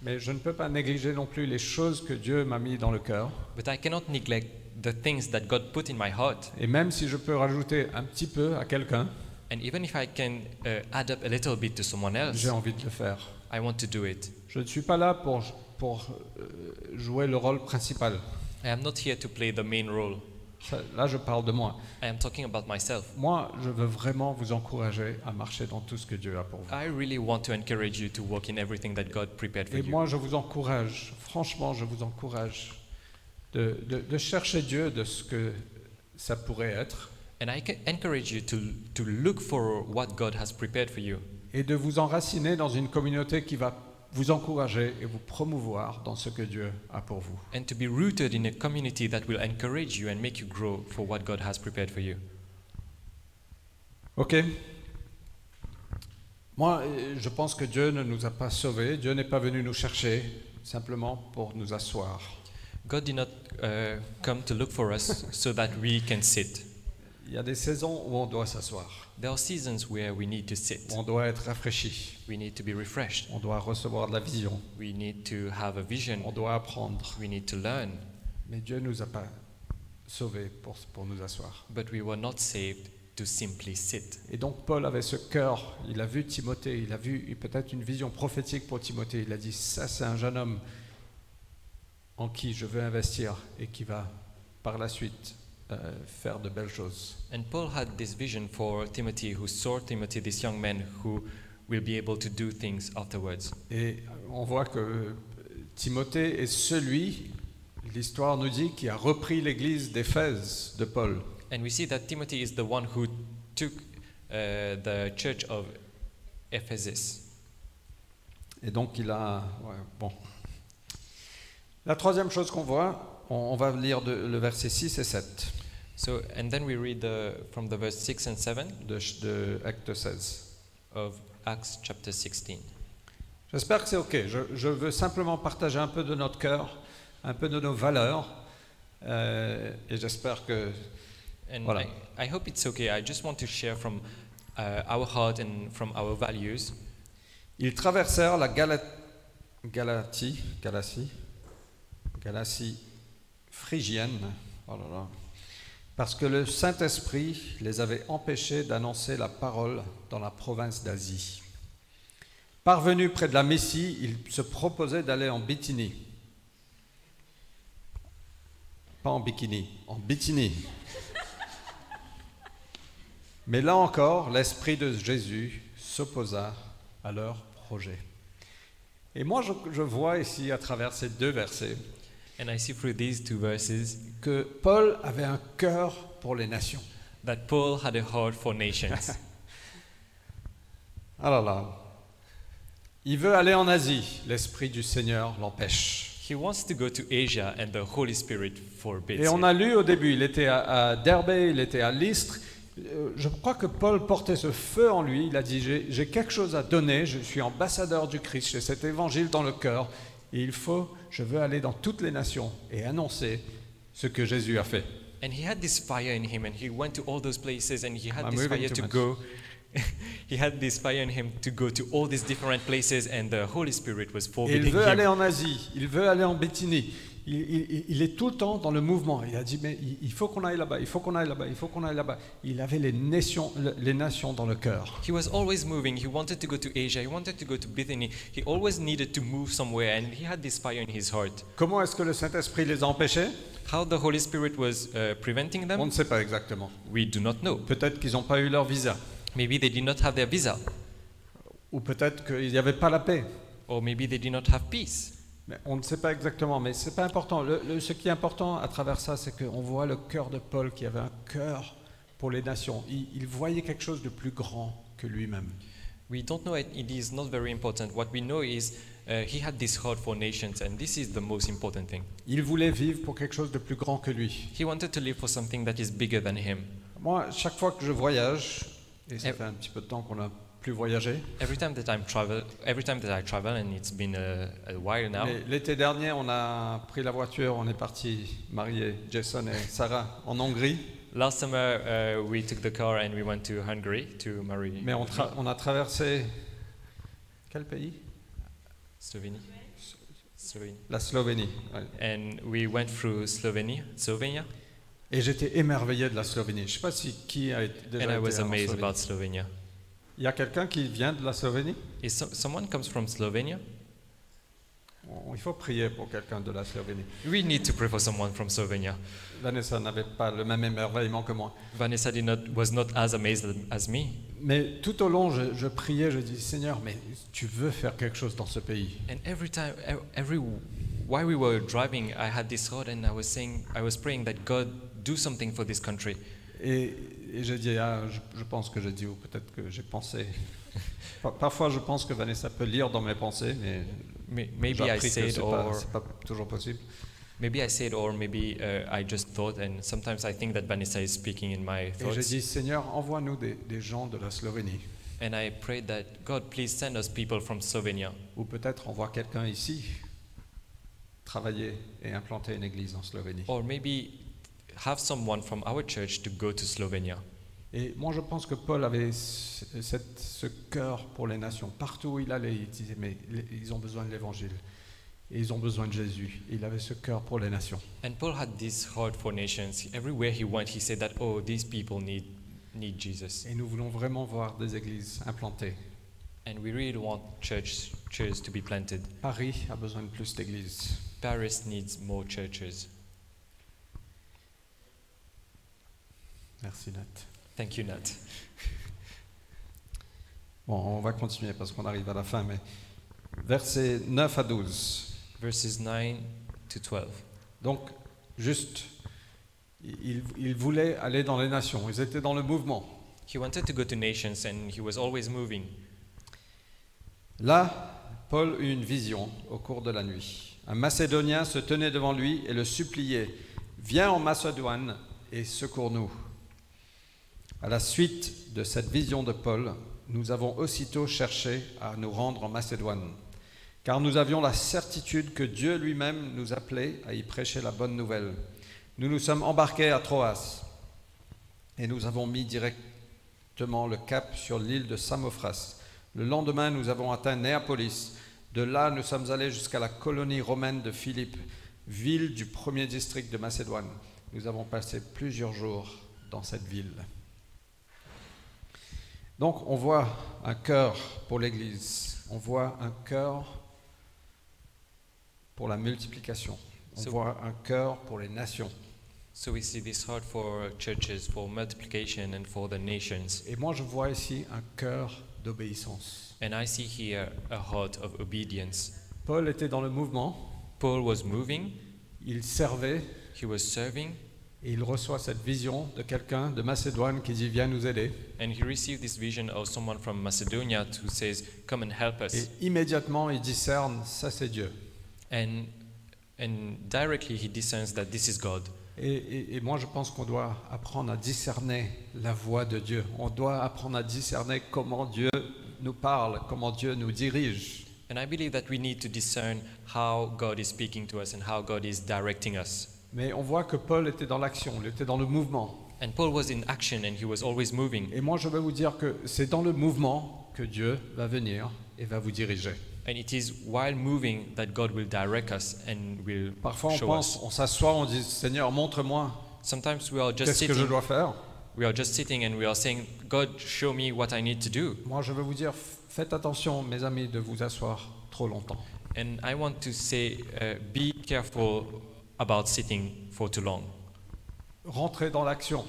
C: Mais je ne peux pas négliger non plus les choses que Dieu m'a mis dans le cœur.
B: But I cannot neglect the things that God put in my heart.
C: Et même si je peux rajouter un petit peu à quelqu'un,
B: And even if I can uh, add up a little bit to someone else,
C: j'ai envie de le faire.
B: I want to do it.
C: Je ne suis pas là pour, pour euh, jouer le rôle principal.
B: I am not here to play the main role.
C: Ça, là, je parle de moi.
B: I am talking about myself.
C: Moi, je veux vraiment vous encourager à marcher dans tout ce que Dieu a pour vous.
B: I really want to encourage you to walk in everything that God prepared for
C: Et
B: you.
C: moi, je vous encourage, franchement, je vous encourage de, de- de chercher Dieu de ce que ça pourrait être
B: And I ca- encourage you to, to look for what God has prepared for you
C: et de vous enraciner dans une communauté qui va vous encourager et vous promouvoir dans ce que Dieu a pour vous.
B: and to be rooted in a community that will encourage you and make you grow for what God has prepared for you.
C: Ok Moi, euh, je pense que Dieu ne nous a pas sauvés, Dieu n'est pas venu nous chercher simplement pour nous asseoir.
B: God did not uh, come to look for us so that we can sit.
C: Il y a des saisons où on doit s'asseoir,
B: There are seasons where we need to sit.
C: où on doit être rafraîchi,
B: We need to be refreshed.
C: on doit recevoir de la vision,
B: We need to have a vision.
C: on doit apprendre.
B: We need to learn.
C: Mais Dieu nous a pas sauvés pour, pour nous asseoir.
B: But we were not saved to simply sit.
C: Et donc Paul avait ce cœur, il a vu Timothée, il a vu peut-être une vision prophétique pour Timothée, il a dit, ça c'est un jeune homme en qui je veux investir et qui va par la suite euh, faire de belles choses.
B: And Paul had this vision for Timothy, who saw Timothy, this young man who will be able to do things afterwards.
C: Et on voit que euh, Timothée est celui, l'histoire nous dit, qui a repris l'église d'Éphèse de Paul.
B: And we see that Timothy is the one who took uh, the church of Ephesus.
C: Et donc il a... ouais, bon. La troisième chose qu'on voit, on, on va lire de- le verset 6 et 7
B: So, and then we read the, from the verse 6 and 7
C: de, ch- de Acte 16.
B: of Acts chapter 16.
C: J'espère que c'est OK. Je, je veux simplement partager un peu de notre cœur, un peu de nos valeurs. euh, et j'espère que...
B: And
C: Voilà.
B: I, I hope it's okay. I just want to share from uh, our heart and from our values.
C: Ils traversèrent la Gala- Galatie, Galatie, Galatie phrygienne, oh là là, parce que le Saint-Esprit les avait empêchés d'annoncer la parole dans la province d'Asie. Parvenus près de la Messie, ils se proposaient d'aller en Bithynie. Pas en bikini, en Bithynie. Mais là encore, l'Esprit de Jésus s'opposa à leur projet. Et moi, je, je vois ici, à travers ces deux versets,
B: And I see through these two verses
C: que Paul avait un cœur pour les nations.
B: that Paul had a heart for nations.
C: Ah là là. Il veut aller en Asie, l'Esprit du Seigneur l'empêche.
B: he wants to go to Asia, and the Holy Spirit forbids
C: Et on
B: him.
C: a lu au début, il était à, à Derbe, il était à Lystre. Euh, Je crois que Paul portait ce feu en lui. Il a dit J'ai j'ai quelque chose à donner, je suis ambassadeur du Christ, j'ai cet évangile dans le cœur. Et il faut, je veux aller dans toutes les nations et annoncer ce que Jésus a fait.
B: And he had this fire in him, and he went to all those places, and he had
C: I'm
B: this
C: moving
B: fire
C: too
B: to
C: much.
B: go. he had this fire in him to go to all these different places, and the Holy Spirit was
C: Et il
B: forbidding
C: veut aller
B: him.
C: en Asie, il veut aller en Béthinie. Il, il- il est tout le temps dans le mouvement. Il a dit, mais il- il faut qu'on aille là-bas, il faut qu'on aille là-bas, il faut qu'on aille là-bas. Il avait les nations, le- les nations dans le cœur.
B: He was always moving. He wanted to go to Asia. He wanted to go to Bithynia. He always needed to move somewhere, and he had this fire in his heart.
C: Comment est-ce que le Saint-Esprit les a empêchés
B: How the Holy Spirit was uh, preventing
C: On
B: them,
C: ne sait pas exactement.
B: we do not know.
C: Peut-être qu'ils n'ont pas eu leur visa,
B: Maybe they did not have their visa,
C: ou peut-être qu'il n'y avait pas la paix.
B: or maybe they did not have peace.
C: Mais on ne sait pas exactement, mais ce n'est pas important. Le- le- ce qui est important à travers ça, c'est qu'on voit le cœur de Paul qui avait un cœur pour les nations. Il- il voyait quelque chose de plus grand que lui-même.
B: We don't know it, it is not very important. What we know is uh, he had this heart for nations, and this is the most important thing.
C: Il voulait vivre pour quelque chose de plus grand que lui.
B: He wanted to live for something that is bigger than him.
C: Moi, chaque fois que je voyage, et ça
B: Eh.
C: fait un petit peu de temps qu'on n'a plus voyagé,
B: Every time that I'm travel, every time that I travel, and it's been a, a while now.
C: mais l'été dernier, on a pris la voiture, on est parti marier Jason et Sarah en Hongrie,
B: Last summer, uh, we took the car and we went to Hungary to marry
C: mais on, tra- on a traversé quel pays
B: Slovenia. Slovenia.
C: La Slovénie. ouais.
B: And we went through Slovenia, Slovenia,
C: Et j'étais émerveillé de la Slovénie. Je ne sais pas si qui a été- déjà
B: and I
C: été
B: was
C: en
B: amazed
C: Slovénie.
B: about Slovenia.
C: Il y a quelqu'un qui vient de la Slovénie
B: Is so, someone comes from Slovenia?
C: On- Il faut prier pour quelqu'un de la Slovénie.
B: We need to pray for someone from Slovenia.
C: Vanessa n'avait pas le même émerveillement que moi.
B: Vanessa did not, was not as amazed as me.
C: Mais tout au long, je, je priais, je dis Seigneur, mais tu veux faire quelque chose dans ce pays.
B: And every time, ev- every while we were driving, I had this thought, and I was saying, I was praying that God do something for this country.
C: Et, et je dis ah, je, je pense que j'ai dit ou peut-être que j'ai pensé. Par- Parfois, je pense que Vanessa peut lire dans mes pensées, mais
B: May- Maybe I
C: j'appris que
B: said,
C: c'est pas,
B: or
C: c'est pas toujours possible.
B: maybe I said, or maybe uh, I just thought, and sometimes I think that Vanessa is speaking in my
C: Et j'ai
B: thoughts.
C: dit Seigneur, envoie-nous des, des gens de la Slovénie,
B: And I prayed that God, please send us people from Slovenia,
C: ou peut-être envoie quelqu'un ici travailler et implanter une église en Slovénie.
B: or maybe have someone from our church to go to Slovenia.
C: Et moi, je pense que Paul avait ce, cette- ce cœur pour les nations. Partout où il allait, il disait, mais les- ils ont besoin de l'Évangile. Et ils ont besoin de Jésus. Et il avait ce cœur pour les nations.
B: And Paul had this heart for nations. Everywhere he went, he said that, oh, these people need need Jesus.
C: Et nous voulons vraiment voir des églises implantées.
B: And we really want church churches to be planted.
C: Paris a besoin de plus d'églises.
B: Paris needs more churches.
C: Merci, Nat.
B: Thank you, Nat.
C: Bon, on va continuer parce qu'on arrive à la fin. Mais versets 9 à 12.
B: Verses 9 to 12.
C: Donc, juste, ils, ils voulaient aller dans les nations. Ils étaient dans le mouvement.
B: He wanted to go to nations and he was always moving.
C: Là, Paul eut une vision au cours de la nuit. Un Macédonien se tenait devant lui et le suppliait Viens en Macédoine et secours-nous. À la suite de cette vision de Paul, nous avons aussitôt cherché à nous rendre en Macédoine, car nous avions la certitude que Dieu lui-même nous appelait à y prêcher la bonne nouvelle. Nous nous sommes embarqués à Troas et nous avons mis directement le cap sur l'île de Samothrace Le lendemain, nous avons atteint Néapolis. De là, nous sommes allés jusqu'à la colonie romaine de Philippe, ville du premier district de Macédoine. Nous avons passé plusieurs jours dans cette ville. Donc, on voit un cœur pour l'Église. On voit un cœur pour la multiplication. On
B: So-
C: voit un cœur pour les nations.
B: So we see this heart for churches, for multiplication, and for the nations.
C: Et moi, je vois ici un cœur d'obéissance.
B: And I see here a heart of obedience.
C: Paul était dans le mouvement,
B: Paul was moving,
C: il servait
B: he was serving,
C: et il reçoit cette vision de quelqu'un de Macédoine qui dit Viens nous aider.
B: and he received this vision of someone from Macedonia who says, "Come and help us."
C: Et immédiatement, il discerne Ça, c'est Dieu.
B: and and directly he discerns that this is God.
C: Et, et- et moi, je pense qu'on doit apprendre à discerner la voix de Dieu. On doit apprendre à discerner comment Dieu nous parle, comment Dieu nous dirige.
B: And I believe that we need to discern how God is speaking to us and how God is directing us.
C: Mais on voit que Paul était dans l'action, il était dans le mouvement.
B: And Paul was in action and he was always moving.
C: Et moi, je vais vous dire que c'est dans le mouvement que Dieu va venir et va vous diriger.
B: And it is while moving that God will direct us and will
C: Parfois, on
B: show
C: pense,
B: us.
C: on s'assoit, on dit Seigneur, montre-moi
B: Sometimes we are just
C: qu'est-ce que je
B: sitting
C: dois faire.
B: we are just sitting and we are saying, God show me what I need to do.
C: Moi, je veux vous dire, f- faites attention, mes amis, de vous asseoir trop longtemps.
B: And I want to say uh, be careful about sitting for too long.
C: Rentrez dans l'action,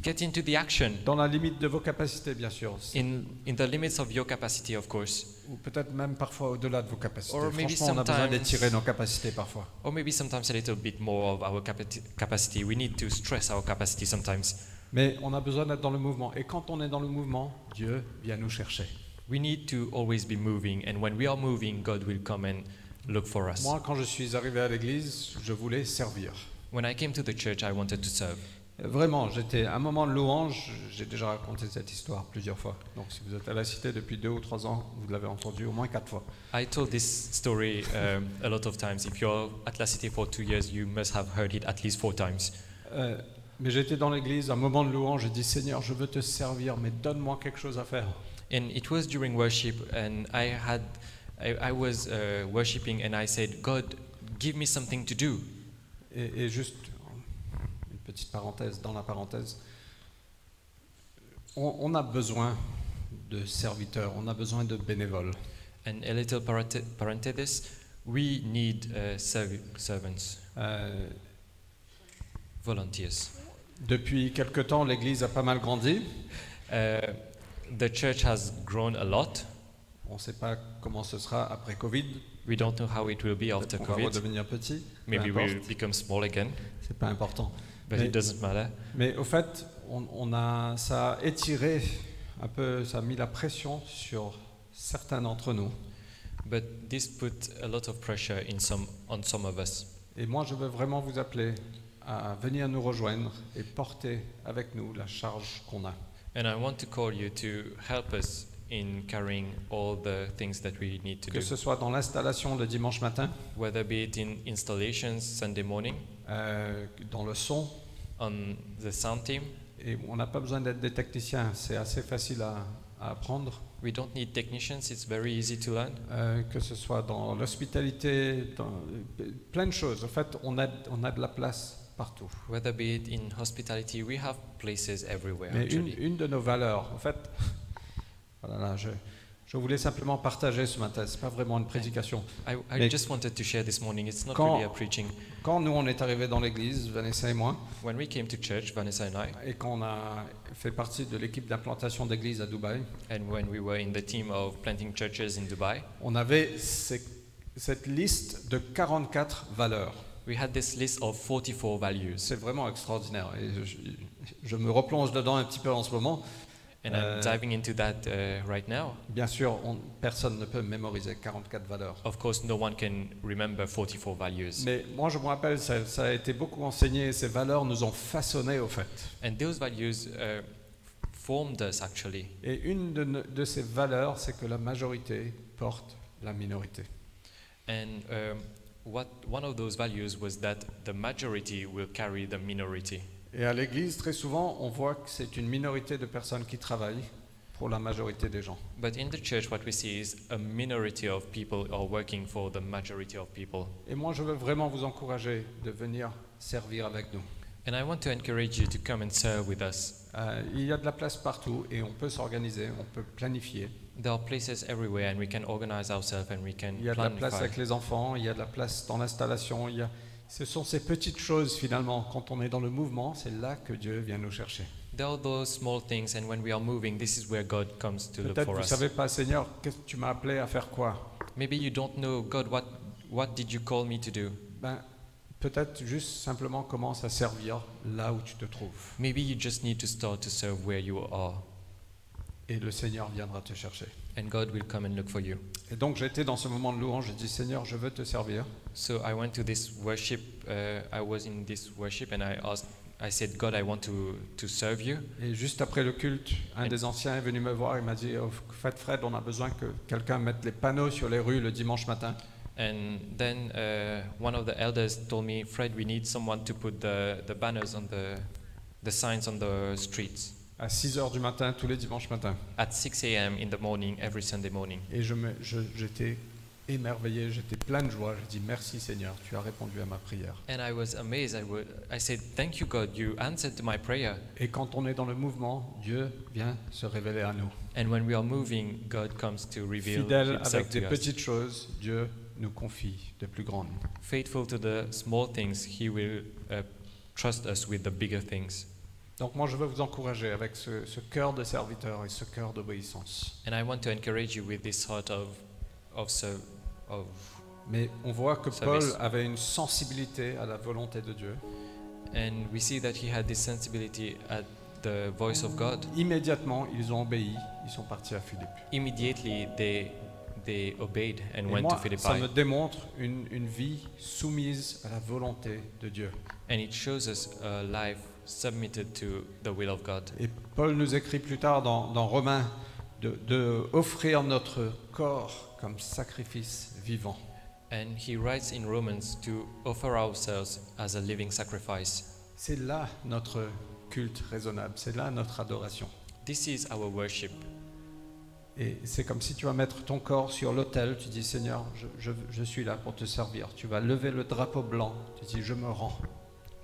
B: Get into the action
C: dans la limite de vos capacités, bien sûr,
B: in in the limits of your capacity of course.
C: ou peut-être même parfois au-delà de vos capacités.
B: Or maybe
C: Franchement, on a besoin
B: sometimes-
C: d'étirer nos capacités parfois.
B: Or maybe sometimes a little bit more of our capati- capacity. We need to stress our capacity sometimes.
C: Mais on a besoin d'être dans le mouvement. Et quand on est dans le mouvement, Dieu vient nous chercher.
B: We need to always be moving, and when we are moving, God will come and look for us.
C: Moi, quand je suis arrivé à l'église, je voulais servir.
B: When I came to the church, I wanted to serve.
C: Vraiment, j'étais à un moment de louange, j'ai déjà raconté cette histoire plusieurs fois. Donc si vous êtes à la cité depuis deux ou trois ans, vous l'avez entendu au moins quatre fois.
B: I told this story um, a lot of times. If you're at La Cité for two years, you must have heard it at least four times.
C: Euh, mais j'étais dans l'église, à un moment de louange, j'ai dit Seigneur, je veux te servir, mais donne-moi quelque chose à faire.
B: And it was during worship, and I had, I, I was uh, worshiping, and I said, God, give me something to do.
C: Et, et juste une petite parenthèse dans la parenthèse, on, on a besoin de serviteurs, on a besoin de bénévoles.
B: And a little parate- parenthesis, we need uh, serv- servants.
C: Euh,
B: volunteers.
C: depuis quelque temps, l'église a pas mal grandi.
B: Uh, the church has grown a lot.
C: On ne sait pas comment ce sera après Covid.
B: We don't know how it will be
C: On
B: after
C: va
B: COVID.
C: redevenir petit. peu
B: Maybe
C: importe,
B: we'll become small again,
C: C'est pas important.
B: but
C: Mais-
B: it doesn't matter.
C: Mais au fait, on, on a, ça a étiré un peu, ça a mis la pression sur certains d'entre nous.
B: But this put a lot of pressure in some on some of us.
C: Et moi, je veux vraiment vous appeler à venir nous rejoindre et porter avec nous la charge qu'on a.
B: And I want to call you to help us in carrying all the things that we need to
C: Que
B: do,
C: ce soit dans l'installation le dimanche matin,
B: whether be it in installations Sunday morning,
C: euh, dans le son.
B: on the sound team.
C: Et on n'a pas besoin d'être des techniciens, c'est assez facile à, à apprendre.
B: We don't need technicians. It's very easy to learn.
C: Euh, que ce soit dans l'hospitalité, dans euh, plein de choses. En fait, on a, on a de la place partout.
B: Whether be it in hospitality, we have places everywhere.
C: Mais une,
B: actually.
C: une de nos valeurs, en fait, voilà, là, je, je voulais simplement partager ce matin, c'est pas vraiment une prédication.
B: I, I
C: Mais-
B: just wanted to share this morning. It's not
C: Quand-
B: really a preaching.
C: Quand nous, on est arrivés dans l'église, Vanessa et moi,
B: When we came to church, Vanessa and I,
C: et qu'on a fait partie de l'équipe d'implantation d'église à Dubaï,
B: and when we were in the team of planting churches in Dubai,
C: on avait ces- cette liste de 44 valeurs.
B: we had this list of 44 values.
C: C'est vraiment extraordinaire. Et je, je me replonge dedans un petit peu en ce moment.
B: And
C: Euh,
B: I'm diving into that uh, right now.
C: Bien sûr, on- personne ne peut mémoriser 44 valeurs.
B: Of course, no one can remember 44 values.
C: Mais moi, je me rappelle, ça, ça a été beaucoup enseigné. Ces valeurs nous ont façonnés, au fait.
B: And those values uh, formed us actually.
C: Et une de, no- de ces valeurs, c'est que la majorité porte la minorité.
B: And um, what one of those values was that the majority will carry the minority.
C: Et à l'Église, très souvent, on voit que c'est une minorité de personnes qui travaillent pour la majorité des gens.
B: But in the church, what we see is a minority of people are working for the majority of people.
C: Et moi, je veux vraiment vous encourager de venir servir avec nous.
B: And I want to encourage you to come and serve with us.
C: Euh, il y a de la place partout et on peut s'organiser, on peut planifier.
B: There are places everywhere, and we can organize ourselves and we can
C: Il y a de la
B: plan.
C: place
B: for-
C: avec les enfants, il y a de la place dans l'installation. il y a- Ce sont ces petites choses finalement, quand on est dans le mouvement, c'est là que Dieu vient nous chercher.
B: There are those small things, and when we are moving, this is where God comes to look
C: Peut-être
B: for
C: vous ne
B: us.
C: savez pas, Seigneur, qu'est-ce que tu m'as appelé à faire quoi
B: Maybe you don't know, God, what, what did you call me to do?
C: ben, Peut-être juste simplement commence à servir là où tu te trouves.
B: Maybe you just need to start to serve where you are,
C: Et le Seigneur viendra te chercher.
B: and God will come and look for you.
C: Et donc j'étais dans ce moment de louange, j'ai dit Seigneur, je veux te servir.
B: So I went to this worship, uh, I was in this worship, and I asked, I said, God, I want to, to serve you.
C: Et juste après le culte, un
B: Et-
C: des anciens est venu me voir et m'a dit oh, Faites Fred, on a besoin que quelqu'un mette les panneaux sur les rues le dimanche matin.
B: And then uh, one of the elders told me, Fred, we need someone to put the, the banners on the, the signs on the streets
C: à 6 heures du matin, tous les dimanches matins.
B: at 6 a.m. in the morning, every Sunday morning.
C: Et je me- je- j'étais émerveillé, j'étais plein de joie. J'ai dit merci Seigneur, tu as répondu à ma prière.
B: And I was amazed. I, would, I said, Thank you, God, you answered to my prayer.
C: Et quand on est dans le mouvement, Dieu vient se révéler à nous.
B: And when we are moving, God comes to reveal
C: Fidèle
B: himself
C: avec
B: to
C: des
B: us.
C: petites choses, Dieu nous confie des plus grandes.
B: Faithful to the small things, He will uh, trust us with the bigger things.
C: Donc moi, je veux vous encourager avec ce, ce cœur de serviteur et ce cœur d'obéissance.
B: And I want to encourage you with this heart of, of, ser- of.
C: Mais on voit que Paul
B: Service.
C: avait une sensibilité à la volonté de Dieu.
B: And we see that he had this sensibility at the voice of God.
C: Immédiatement, ils ont obéi, ils sont partis à Philippe.
B: Immediately they they obeyed and
C: Et
B: went
C: moi,
B: to
C: ça me
B: Philippi.
C: démontre une, une vie soumise à la volonté de Dieu.
B: And it shows us a life submitted to the will of God.
C: Et Paul nous écrit plus tard dans, dans Romains de, de offrir notre corps comme sacrifice vivant.
B: And he writes in Romans to offer ourselves as a living sacrifice.
C: C'est là notre culte raisonnable, c'est là notre adoration.
B: This is our worship.
C: Et c'est comme si tu vas mettre ton corps sur l'autel, tu dis Seigneur, je, je- je suis là pour te servir. Tu vas lever le drapeau blanc, tu dis je me rends.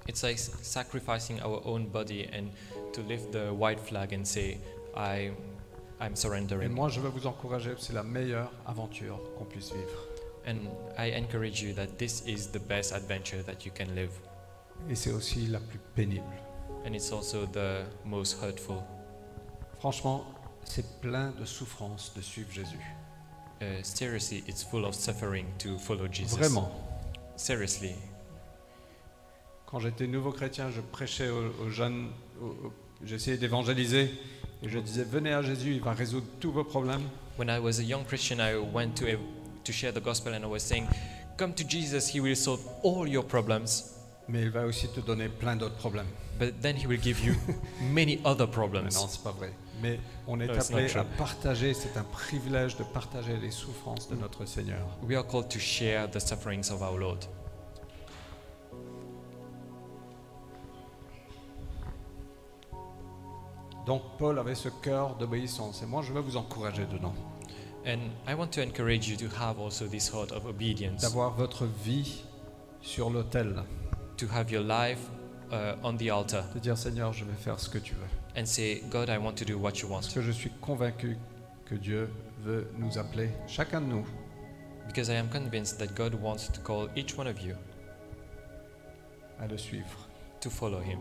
B: It's like sacrificing our own body and to lift the white flag and say, I, I'm
C: Et
B: surrendering.
C: moi je veux vous encourager, c'est la meilleure aventure qu'on puisse vivre.
B: And I encourage you that this is the best adventure that you can live.
C: Et c'est aussi la plus pénible.
B: And it's also the most hurtful.
C: Franchement, c'est plein de souffrance de suivre Jésus.
B: Uh, seriously, it's full of suffering to follow Jesus.
C: Vraiment.
B: Seriously.
C: Quand j'étais nouveau chrétien, je prêchais aux, aux jeunes, aux- aux- j'essayais d'évangéliser et je disais venez à Jésus, il va résoudre tous vos problèmes.
B: When I was a young Christian, I went to, to share the gospel and I was saying, Come to Jesus, He will solve all your problems.
C: Mais il va aussi te donner plein d'autres problèmes.
B: But then He will give you many other
C: Mais
B: problems.
C: non, c'est pas vrai. Mais on est
B: No, it's not
C: appelé
B: true.
C: à partager, c'est un privilège de partager les souffrances de notre Seigneur.
B: We are called to share the sufferings of our Lord.
C: Donc Paul avait ce cœur d'obéissance et moi je veux vous encourager dedans,
B: And I want to encourage you to have also this heart of obedience,
C: d'avoir votre vie sur l'autel,
B: to have your life uh, on the altar
C: de dire Seigneur, je vais faire ce que tu veux.
B: and say, God, I want to do what you
C: Parce
B: want.
C: que je suis convaincu que Dieu veut nous appeler, chacun de nous,
B: Because I am convinced that God wants to call each one of you
C: à le suivre.
B: to follow Him.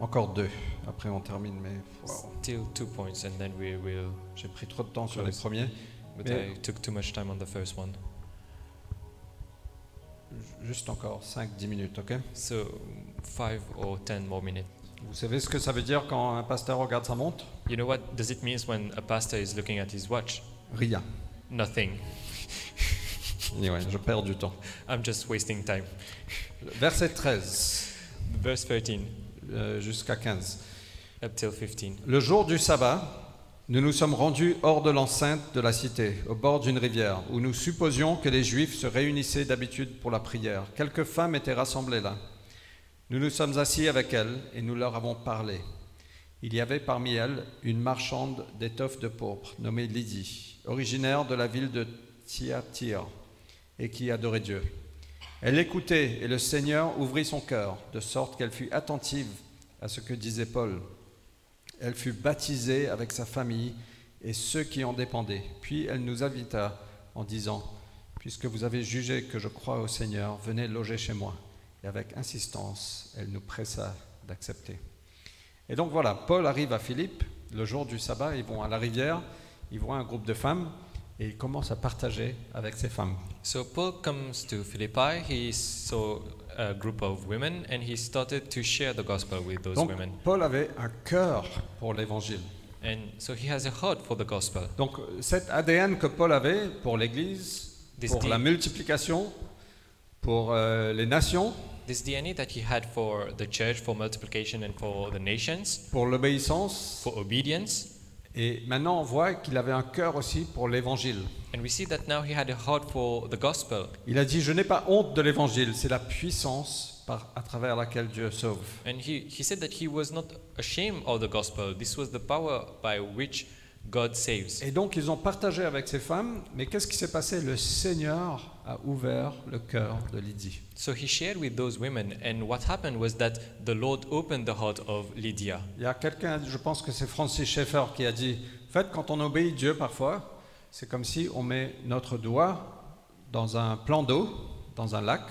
C: Encore deux, après on termine, mais waouh,
B: Still two points, and then we will.
C: j'ai pris trop de temps sur les premiers.
B: But
C: Yeah.
B: I took too much time on the first one.
C: Juste encore 5-10 minutes, ok
B: So, five or ten more minutes.
C: Vous savez ce que ça veut dire quand un pasteur regarde sa montre
B: You know what does it mean when a pastor is looking at his watch?
C: Rien.
B: Nothing.
C: Anyway, je perds du temps.
B: I'm just wasting time.
C: Verset 13
B: Verse 13
C: euh, jusqu'à 15.
B: up till 15.
C: Le jour du sabbat, nous nous sommes rendus hors de l'enceinte de la cité, au bord d'une rivière, où nous supposions que les Juifs se réunissaient d'habitude pour la prière. Quelques femmes étaient rassemblées là. Nous nous sommes assis avec elles et nous leur avons parlé. Il y avait parmi elles une marchande d'étoffes de pourpre nommée Lydie, originaire de la ville de Thyatire, et qui adorait Dieu. Elle écoutait et le Seigneur ouvrit son cœur, de sorte qu'elle fut attentive à ce que disait Paul. Elle fut baptisée avec sa famille et ceux qui en dépendaient. Puis elle nous invita en disant, Puisque vous avez jugé que je crois au Seigneur, venez loger chez moi. Et avec insistance, elle nous pressa d'accepter. Et donc voilà, Paul arrive à Philippe, le jour du sabbat, ils vont à la rivière, ils voient un groupe de femmes et ils commencent à partager avec ces femmes.
B: So Paul comes to Philippi. He saw a group of women and he started to share the gospel with those
C: Donc
B: women.
C: Paul avait un cœur pour l'évangile.
B: And so he has a heart for the gospel.
C: Donc euh, cet ADN que Paul avait pour l'Église,
B: Des
C: pour
B: dix.
C: la multiplication, pour euh, les nations,
B: This DNA that he had for the church, for multiplication, and for the nations,
C: pour l'obéissance,
B: for obedience.
C: et maintenant on voit qu'il avait un cœur aussi pour l'évangile.
B: And we see that now he had a heart for the gospel.
C: Il a dit, je n'ai pas honte de l'évangile, c'est la puissance par, à travers laquelle Dieu sauve.
B: And he, he said that he was not ashamed of the gospel. This was the power by which God saves.
C: Et donc ils ont partagé avec ces femmes, mais qu'est-ce qui s'est passé Le Seigneur a ouvert le cœur de Lydie.
B: So he shared with those women, and what happened was that the Lord opened the heart of Lydia.
C: Il y a quelqu'un, je pense que c'est Francis Schaeffer qui a dit, en fait quand on obéit Dieu parfois, c'est comme si on met notre doigt dans un plan d'eau, dans un lac,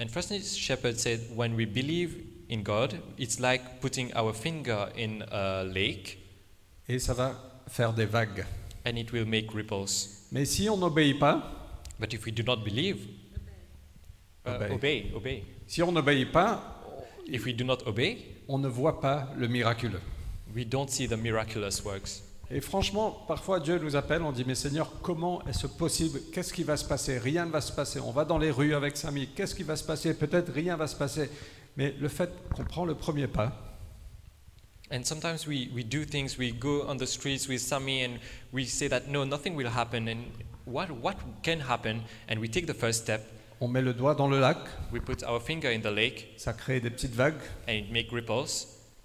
B: And Francis Shepherd said, when we believe in God, it's like putting our finger in a lake,
C: et ça va faire des vagues.
B: and it will make ripples.
C: Mais si on n'obéit pas,
B: But if we do not believe, uh,
C: Obey.
B: obey, obey.
C: si on n'obéit pas,
B: If we do not obey,
C: on ne voit pas le miraculeux.
B: we don't see the miraculous works.
C: Et franchement, parfois Dieu nous appelle, on dit mais Seigneur, comment est-ce possible Qu'est-ce qui va se passer Rien ne va se passer. On va dans les rues avec Samy. Qu'est-ce qui va se passer Peut-être rien va se passer. Mais le fait qu'on prend le premier pas,
B: And sometimes we, we do things, we go on the streets with Sami and we say that no, nothing will happen, and what, what can happen? And we take the first step,
C: on met le doigt dans le lac,
B: we put our finger in the lake,
C: ça crée des petites vagues
B: and it makes ripples,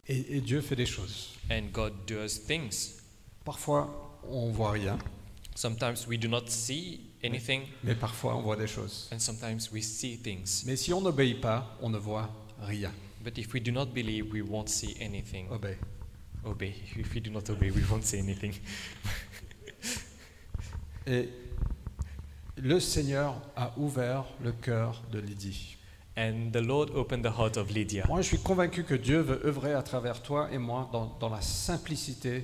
C: et, et Dieu fait des choses.
B: and God does things.
C: Parfois on voit rien,
B: Sometimes we do not see anything,
C: mais parfois on voit des choses.
B: and sometimes we see things.
C: Mais si on n'obéit pas, on ne voit rien.
B: But if we do not believe, we won't see anything.
C: Obéis.
B: Obey. If we do not obey, we won't see anything.
C: Et le Seigneur a ouvert le cœur de Lydie.
B: And the Lord opened the heart of Lydia.
C: Moi, je suis convaincu que Dieu veut œuvrer à travers toi et moi dans, dans la simplicité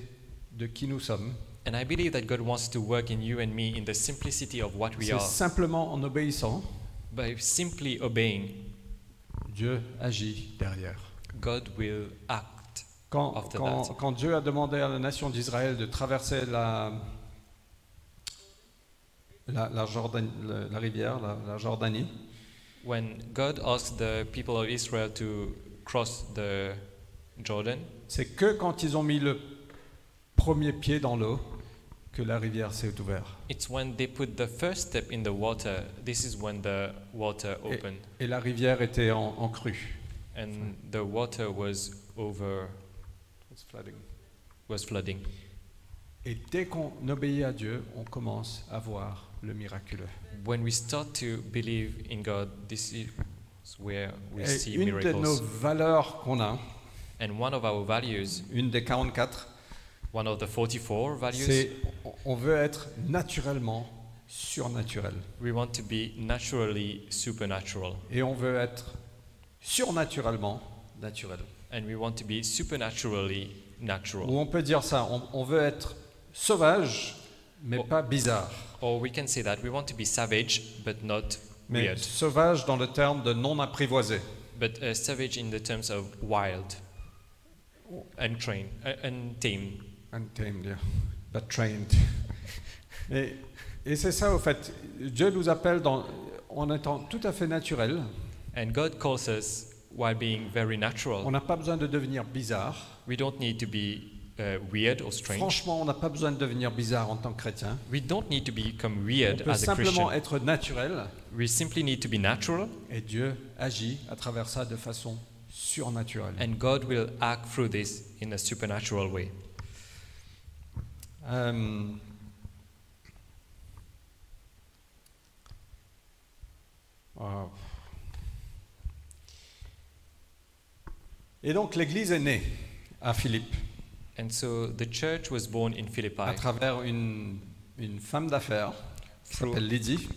C: de qui nous sommes.
B: And I believe that God wants to work in you and me in the simplicity of what we
C: C'est
B: are.
C: simplement en obéissant,
B: By simply obeying,
C: Dieu agit derrière.
B: God will act.
C: Quand,
B: After
C: quand-
B: that.
C: quand Dieu a demandé à la nation d'Israël de traverser la, la, la Jordan- la- la rivière, la, la Jordanie,
B: When God asked the people of Israel to cross the Jordan,
C: c'est que quand ils ont mis le premier pied dans l'eau que la rivière s'est ouverte.
B: it's when they put the first step in the water. This is when the water opened
C: Et la rivière était en, en crue.
B: and the water was over, was flooding.
C: Et dès qu'on obéit à Dieu, on commence à voir le miraculeux.
B: When we start to believe in God, this is where we
C: Et
B: see
C: une de nos
B: miracles.
C: valeurs qu'on a,
B: And one of our values,
C: une des 44,
B: one of the 44 values,
C: c'est on- on veut être naturellement surnaturel.
B: we want to be naturally supernatural.
C: Et on veut être surnaturellement naturel.
B: And we want to be supernaturally natural.
C: Ou on peut dire ça, on, on veut être sauvage, mais
B: Oh.
C: pas bizarre.
B: Or we can say that we want to be savage, but not
C: Mais
B: weird.
C: sauvage dans le terme de non apprivoisé.
B: But uh, savage in the terms of wild, untrained, uh, untamed.
C: Untamed, yeah. But trained. Et, et c'est ça, au fait. Dieu nous appelle dans, en étant tout à fait naturel.
B: And God calls us while being very
C: On
B: natural.
C: n'a pas besoin de devenir bizarre.
B: We don't need to be uh, weird or strange.
C: Franchement, on n'a pas besoin de devenir bizarre en tant que chrétien.
B: We don't need to become
C: On
B: weird
C: peut
B: as a
C: simplement
B: Christian.
C: être naturel
B: We simply need to be natural,
C: et Dieu agit à travers ça de façon surnaturel.
B: and God will act through this in a supernatural way.
C: Euh, euh, Et donc l'Église est née à Philippe
B: And so the church was born in
C: à
B: Philippi
C: travers une, une femme d'affaires qui
B: Through-
C: s'appelle Lydie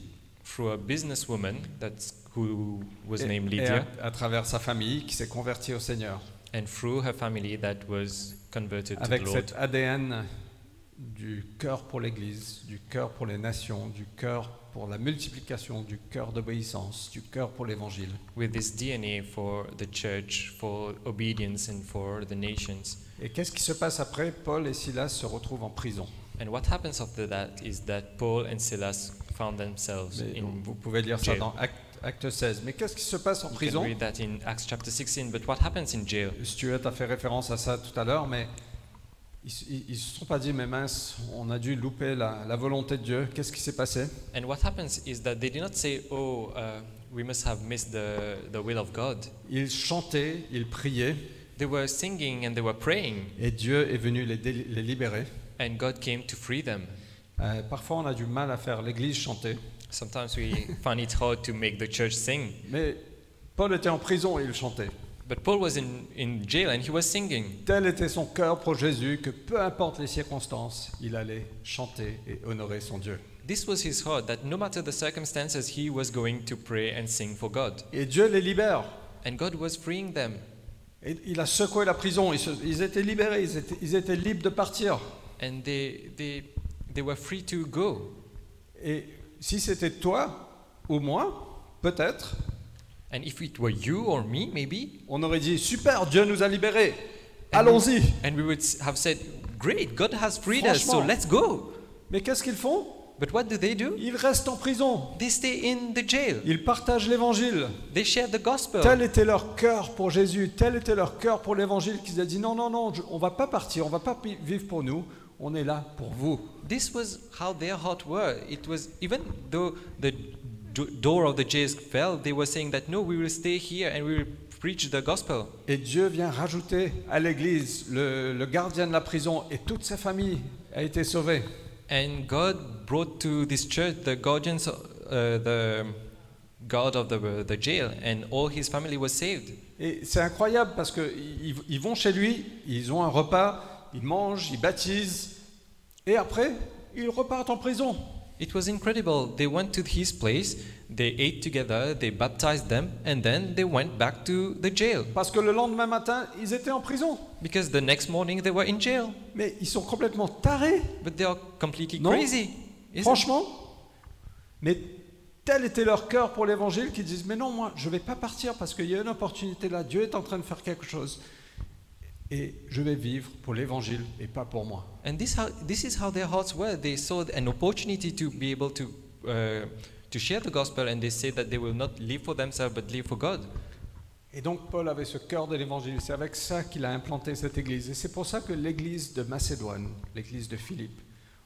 B: through a businesswoman that's who was
C: et,
B: named
C: et
B: Lydia
C: à, à travers sa famille qui s'est convertie au Seigneur
B: and through her family that was converted to the
C: avec
B: Lord
C: cet ADN du cœur pour l'Église, du cœur pour les nations, du cœur pour la multiplication, du cœur d'obéissance, du cœur pour l'Évangile.
B: with this DNA for the church, for obedience and for the nations.
C: Et qu'est-ce qui se passe après Paul et Silas se retrouvent en prison.
B: And what happens after that is that Paul and Silas found themselves
C: Mais
B: in
C: vous pouvez lire ça
B: jail.
C: dans Acte, Acte 16. Mais qu'est-ce qui se passe en
B: You can
C: prison
B: read that in Acts chapter 16, but what happens in jail?
C: Stuart a fait référence à ça tout à l'heure, mais ils ne se sont pas dit, mais mince, on a dû louper la, la volonté de Dieu. Qu'est-ce qui s'est passé
B: And what happens is that they did not say, oh, uh, we must have missed the, the will of God.
C: Ils chantaient, ils priaient,
B: They were singing and they were praying,
C: et Dieu est venu les, déli- les libérer.
B: and God came to free them.
C: Euh, parfois, on a du mal à faire l'Église chanter.
B: Sometimes we find it hard to make the church sing.
C: Mais Paul était en prison et il chantait.
B: But Paul was in, in jail and he was singing.
C: Tel était son cœur pour Jésus que peu importe les circonstances, il allait chanter et honorer son Dieu.
B: This was his heart that no matter the circumstances, he was going to pray and sing for God.
C: Et Dieu les libère.
B: And God was freeing them.
C: Et il a secoué la prison. Ils, se- ils étaient libérés. Ils étaient, ils étaient libres de partir.
B: And they, they, they were free to go.
C: Et si c'était toi ou moi, peut-être,
B: And if it were you or me, maybe,
C: on aurait dit super, Dieu nous a libérés. Allons-y.
B: And we would s- have said, Great, God has freed us, so
C: Franchement.
B: let's go.
C: Mais qu'est-ce qu'ils font
B: But what do they do?
C: Ils restent en prison.
B: They stay in the jail.
C: Ils partagent l'évangile.
B: They share the gospel.
C: Tel était leur cœur pour Jésus, tel était leur cœur pour l'évangile qu'ils a dit non, non, non, je- on va pas partir, on va pas pi- vivre pour nous, on est là pour vous.
B: This was how their heart were. It was, even though the do- door of the jail fell, they were saying that, No, we will stay here and we will preach the gospel.
C: Et Dieu vient rajouter à l'église, le, le gardien de la prison et toute sa famille a été sauvée.
B: And God brought to this church the guardians, uh, the guard of the, the jail, and all his family was saved.
C: Et c'est incroyable parce qu'ils ils vont chez lui, ils ont un repas, ils mangent, ils baptisent, et après, ils repartent en prison.
B: It was incredible. They went to his place, they ate together, they baptized them, and then they went back to the jail
C: Parce que le lendemain matin, ils étaient en prison.
B: because the next morning they were in jail.
C: Mais ils sont complètement tarés.
B: But they are completely
C: Non.
B: crazy. isn't it?
C: Franchement, mais tel était leur cœur pour l'évangile qu'ils disent Mais non, moi, je ne vais pas partir parce qu'il y a une opportunité là. Dieu est en train de faire quelque chose. Et je vais vivre pour l'évangile et pas pour moi.
B: And this, how, this is how their hearts were. They saw an opportunity to be able to, uh, to share the gospel, and they said that they will not live for themselves but live for God.
C: Et donc, Paul avait ce cœur de l'évangile. C'est avec ça qu'il a implanté cette église. Et c'est pour ça que l'église de Macédoine, l'église de Philippe,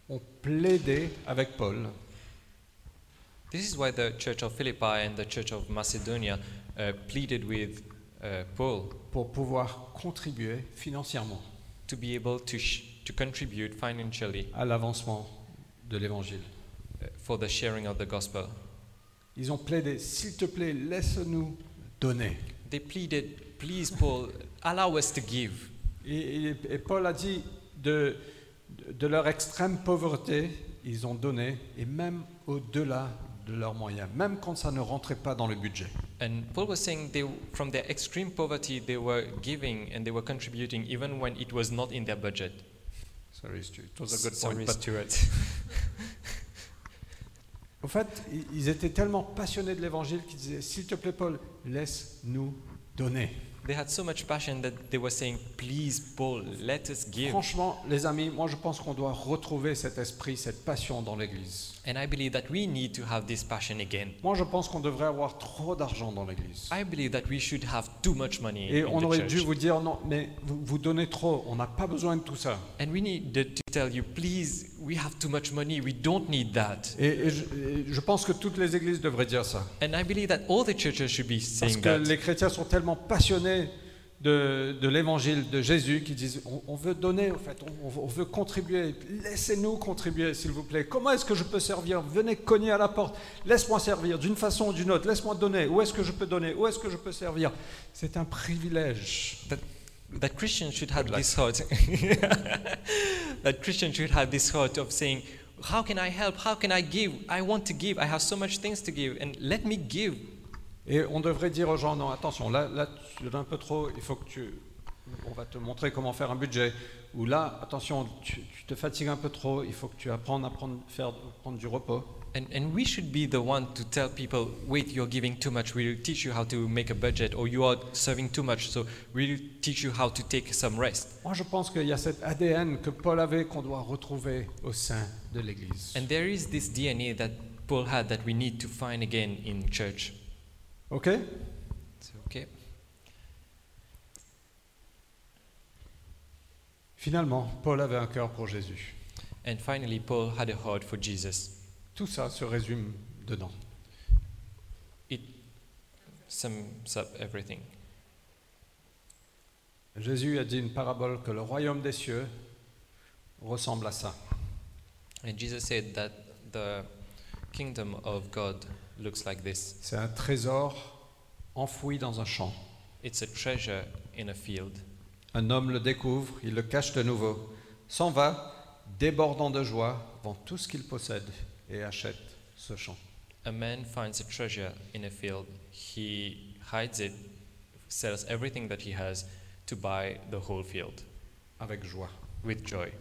C: ont plaidé avec Paul
B: This is why the church of Philippi and the church of Macedonia uh, pleaded with uh, Paul
C: pour pouvoir contribuer financièrement
B: to be able to, sh- to contribute financially
C: à l'avancement de l'évangile.
B: uh, for the sharing of the gospel.
C: Ils ont plaidé S'il te plaît, laisse-nous donner.
B: They pleaded, please, Paul, allow us to give.
C: Et, et- et Paul a dit de, de leur extrême pauvreté, ils ont donné, et même au-delà de leurs moyens, même quand ça ne rentrait pas dans le budget.
B: And Paul was saying they, from their extreme poverty, they were giving and they were contributing even when it was not in their budget.
C: Sorry, Stu, it was a good point,
B: Sorry,
C: but-
B: Stuart.
C: Au fait, i- ils étaient tellement passionnés de l'évangile qu'ils disaient S'il te plaît, Paul, laisse-nous donner.
B: They had so much passion that they were saying, please, Paul, let us give.
C: Franchement, les amis, moi je pense qu'on doit retrouver cet esprit, cette passion dans l'Église.
B: And I believe that we need to have this passion again.
C: Moi je pense qu'on devrait avoir trop d'argent dans l'Église.
B: I believe that we should have too much money
C: Et
B: in
C: Eh, on
B: the
C: aurait
B: church.
C: dû vous dire Non, mais vous, vous donnez trop, on n'a pas besoin de tout ça.
B: And we needed to tell you, please, we have too much money, we don't need that.
C: Et, et je, et je pense que toutes les églises devraient dire ça.
B: And I believe that all the churches should be
C: Parce
B: saying
C: que
B: that.
C: les chrétiens sont tellement passionnés de, de l'évangile de Jésus qui disent on, on veut donner, en fait, on, on veut contribuer, laissez-nous contribuer, s'il vous plaît. Comment est-ce que je peux servir Venez cogner à la porte, laisse-moi servir d'une façon ou d'une autre, laisse-moi donner, où est-ce que je peux donner, où est-ce que je peux servir C'est un privilège.
B: that that Christians should have this heart. that Christians should have this heart of saying, "How can I help? How can I give? I want to give. I have so much things to give, and let me give."
C: Et on devrait dire aux gens non, attention, là, là tu donnes un peu trop, il faut que tu. On va te montrer comment faire un budget. Ou là, attention, tu, tu te fatigues un peu trop, il faut que tu apprennes à prendre, faire, prendre du repos.
B: And and we should be the one to tell people, "Wait, you're giving too much. We'll teach you how to make a budget, or you are serving too much, so we'll teach you how to take some rest."
C: Moi, je pense qu'il y a cet ADN que Paul avait qu'on doit retrouver au sein de l'Église.
B: And there is this DNA that Paul had that we need to find again in church.
C: Ok
B: It's okay.
C: Finalement, Paul avait un cœur pour Jésus.
B: And finally, Paul had a heart for Jesus.
C: Tout ça se résume dedans.
B: it sums up everything.
C: Jésus a dit une parabole que le royaume des cieux ressemble à ça.
B: And Jesus said that the kingdom of God looks like this
C: C'est un trésor enfoui dans un champ.
B: it's a treasure in a field.
C: Un homme le découvre, il le cache de nouveau, s'en va, débordant de joie, vend tout ce qu'il possède et achète ce champ.
B: A man finds a treasure in a field, he hides it, sells everything that he has to buy the whole field
C: avec joie.
B: with joy.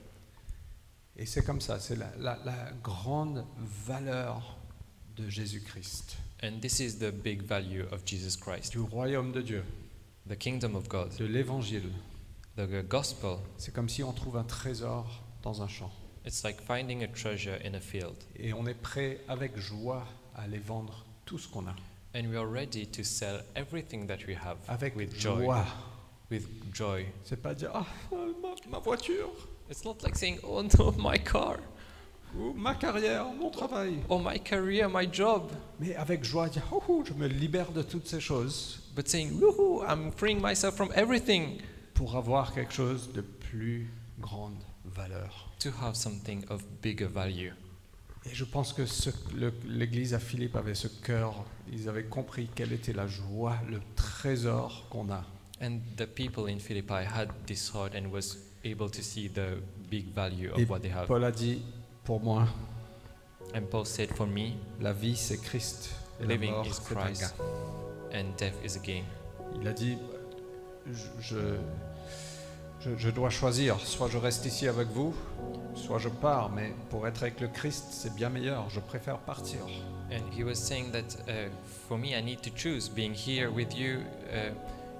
C: Et c'est comme ça, c'est la, la- la grande valeur de Jésus-Christ,
B: And this is the big value of Jesus Christ
C: du royaume de Dieu,
B: the kingdom of God,
C: de l'évangile.
B: the g- gospel.
C: C'est comme si on trouve un trésor dans un champ
B: It's like finding a treasure in a field,
C: et on est prêt avec joie à aller vendre tout ce qu'on a,
B: and we are ready to sell everything that we have
C: avec
B: with joy.
C: joie.
B: with joy.
C: C'est pas dire ah euh, ma, ma voiture
B: It's not like saying, oh no, my car,
C: ou ma carrière, mon travail,
B: or my career, my job,
C: mais avec joie dire oh, oh, je me libère de toutes ces choses
B: but saying, woohoo, I'm freeing myself from everything
C: pour avoir quelque chose de plus grande valeur.
B: to have something of bigger value.
C: Et je pense que ce- le- l'Église à Philippe avait ce cœur, ils avaient compris quelle était la joie, le trésor qu'on a.
B: And the people in Philippi had this heart and was able to see the big value
C: Et
B: of what they have.
C: Paul a dit, pour moi,
B: And Paul said, for me,
C: la vie c'est Christ et la
B: living
C: mort
B: is
C: c'est un
B: Christ,
C: gain.
B: and death is a gain.
C: Il a dit, je, je- je- je dois choisir, soit je reste ici avec vous, soit je pars, mais pour être avec le Christ c'est bien meilleur, je préfère partir.
B: And Uh, he was saying that uh, for me, I need to choose. Being here with you uh,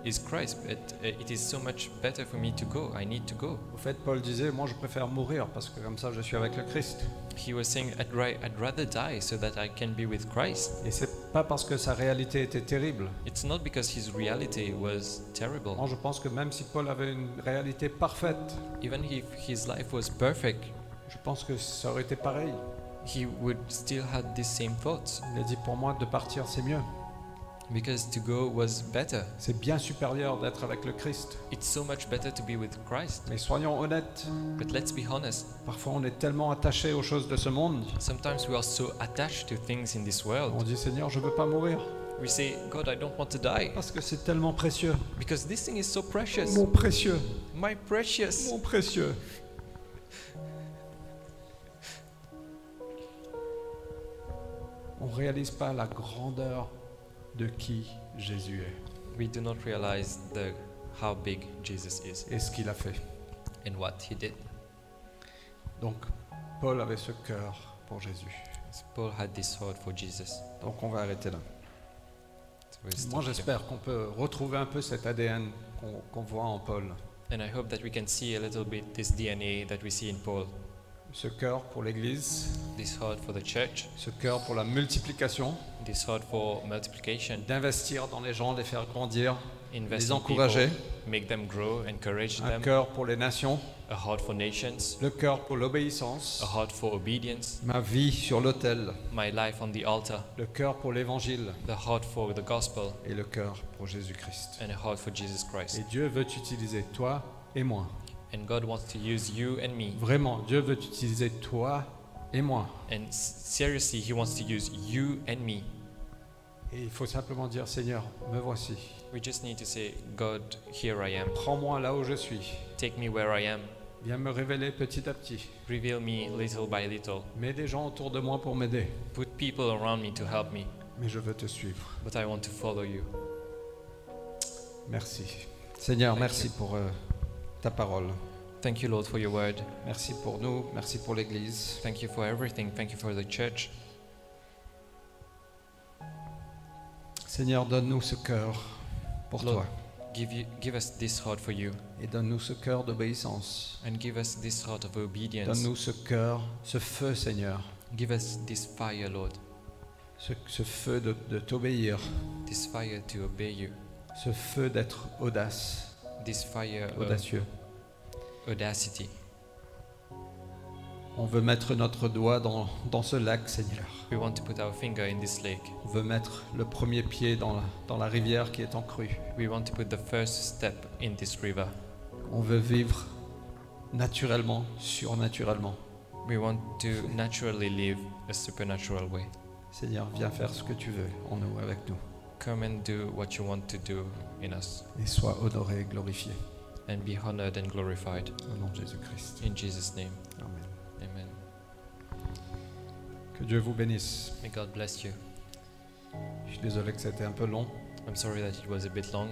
B: is Christ, but uh, it is so much better for me to go. I need to go.
C: Au fait, Paul disait, moi je préfère mourir parce que comme ça je suis avec le Christ.
B: He was saying, I'd, ri- I'd rather die so that I can be with Christ.
C: Et c'est pas parce que sa réalité était terrible.
B: It's not because his reality was terrible.
C: Moi, je pense que même si Paul avait une réalité parfaite,
B: Even if his life was perfect,
C: je pense que ça aurait été pareil.
B: he would still have these same thoughts
C: Il a dit pour moi de partir, c'est mieux.
B: because to go was better.
C: C'est bien supérieur d'être avec le Christ.
B: It's so much better to be with Christ.
C: Mais soyons honnêtes,
B: But let's be honest,
C: parfois on est tellement attaché aux choses de ce monde.
B: sometimes we are so attached to things in this
C: On
B: world.
C: dit Seigneur, je veux pas mourir
B: We say, God, I don't want to die
C: parce que c'est tellement précieux.
B: because this thing is so precious.
C: Mon précieux,
B: My precious.
C: mon précieux. On réalise pas la grandeur de qui Jésus est
B: We do not realize the, how big Jesus is
C: et ce qu'il a fait.
B: and what he did.
C: Donc, Paul avait ce cœur pour Jésus.
B: So Paul had this heart for Jesus.
C: Donc, on va arrêter là.
B: So we'll stop
C: Moi,
B: here.
C: j'espère qu'on peut retrouver un peu cet ADN qu'on qu'on voit en Paul.
B: And I hope that we can see a little bit this DNA that we see in Paul.
C: ce cœur pour l'Église,
B: this heart for the church,
C: ce cœur pour la multiplication,
B: this heart for multiplication,
C: d'investir dans les gens, les faire grandir,
B: invest
C: les
B: in people,
C: encourager,
B: make them grow, encourage
C: un
B: them,
C: cœur pour les nations,
B: a heart for nations,
C: le cœur pour
B: a
C: l'obéissance,
B: heart for obedience,
C: ma vie sur l'autel,
B: my life on the altar,
C: le cœur pour l'Évangile
B: the heart for the gospel,
C: et le cœur pour Jésus-Christ.
B: and a heart for Jesus Christ.
C: Et Dieu veut utiliser toi et moi.
B: And God wants to use you and me.
C: Vraiment, Dieu veut utiliser toi et moi.
B: And s- seriously, He wants to use you and me.
C: Et il faut simplement dire, Seigneur, me voici.
B: We just need to say, God, here I am.
C: Prends-moi là où je suis.
B: Take me where I am.
C: Viens me révéler petit à petit.
B: Reveal me little by little.
C: Mets des gens autour de moi pour m'aider.
B: Put people around me to help me,
C: Mais je veux te suivre.
B: but I want to follow you.
C: Merci. Seigneur,
B: Thank
C: merci pour euh, ta parole.
B: Thank you, Lord, for your word.
C: Merci pour nous. Merci pour l'Église.
B: Thank you for everything. Thank you for the church.
C: Seigneur, donne-nous ce cœur pour
B: Lord.
C: toi.
B: Give, you, give us this heart for you,
C: Et donne-nous ce cœur d'obéissance.
B: and give us this heart of obedience.
C: Donne-nous ce cœur, ce feu, Seigneur.
B: Give us this fire, Lord,
C: Ce, ce feu de, de t'obéir.
B: this fire to obey you,
C: Ce feu d'être audace,
B: this fire of
C: audacieux.
B: audacity.
C: On veut mettre notre doigt dans, dans ce lac, Seigneur.
B: We want to put our finger in this lake.
C: On veut mettre le premier pied dans la, dans la rivière qui est en crue.
B: We want to put the first step in this river.
C: On veut vivre naturellement, surnaturellement.
B: We want to naturally live a supernatural way.
C: Seigneur, viens faire ce que tu veux en nous, avec nous.
B: Come and do what you want to do in us,
C: Et sois honoré et glorifié.
B: and be honored and glorified.
C: Au nom de Jésus-Christ.
B: In Jesus' name,
C: Amen.
B: amen.
C: Que Dieu vous bénisse.
B: May God bless you.
C: Je suis désolé que c'était un peu long.
B: I'm sorry that it was a bit long.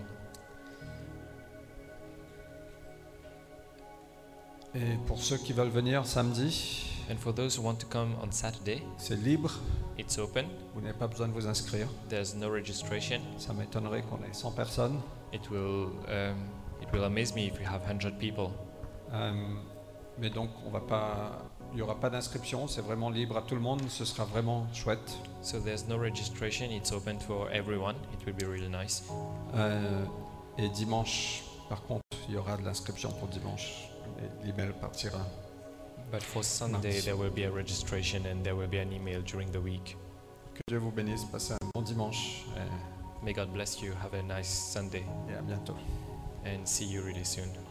C: Et pour ceux qui veulent venir samedi,
B: And for those who want to come on Saturday,
C: c'est libre.
B: it's open.
C: Vous n'avez pas besoin de vous inscrire.
B: There's no registration.
C: Ça m'étonnerait qu'on ait 100 personnes.
B: It will um, it will amaze me if we have 100 people.
C: Euh, mais donc, on va pas, il n'y aura pas d'inscription. C'est vraiment libre à tout le monde. Ce sera vraiment chouette.
B: So there's no registration. It's open for everyone. It will be really nice.
C: Euh, et dimanche, par contre, il y aura de l'inscription pour dimanche. Et l'email partira.
B: But for Sunday,
C: Nice.
B: there will be a registration and there will be an email during the week.
C: Que Dieu vous bénisse. Passez un bon dimanche. Et,
B: May God bless you. Have a nice Sunday
C: et à bientôt.
B: and see you really soon.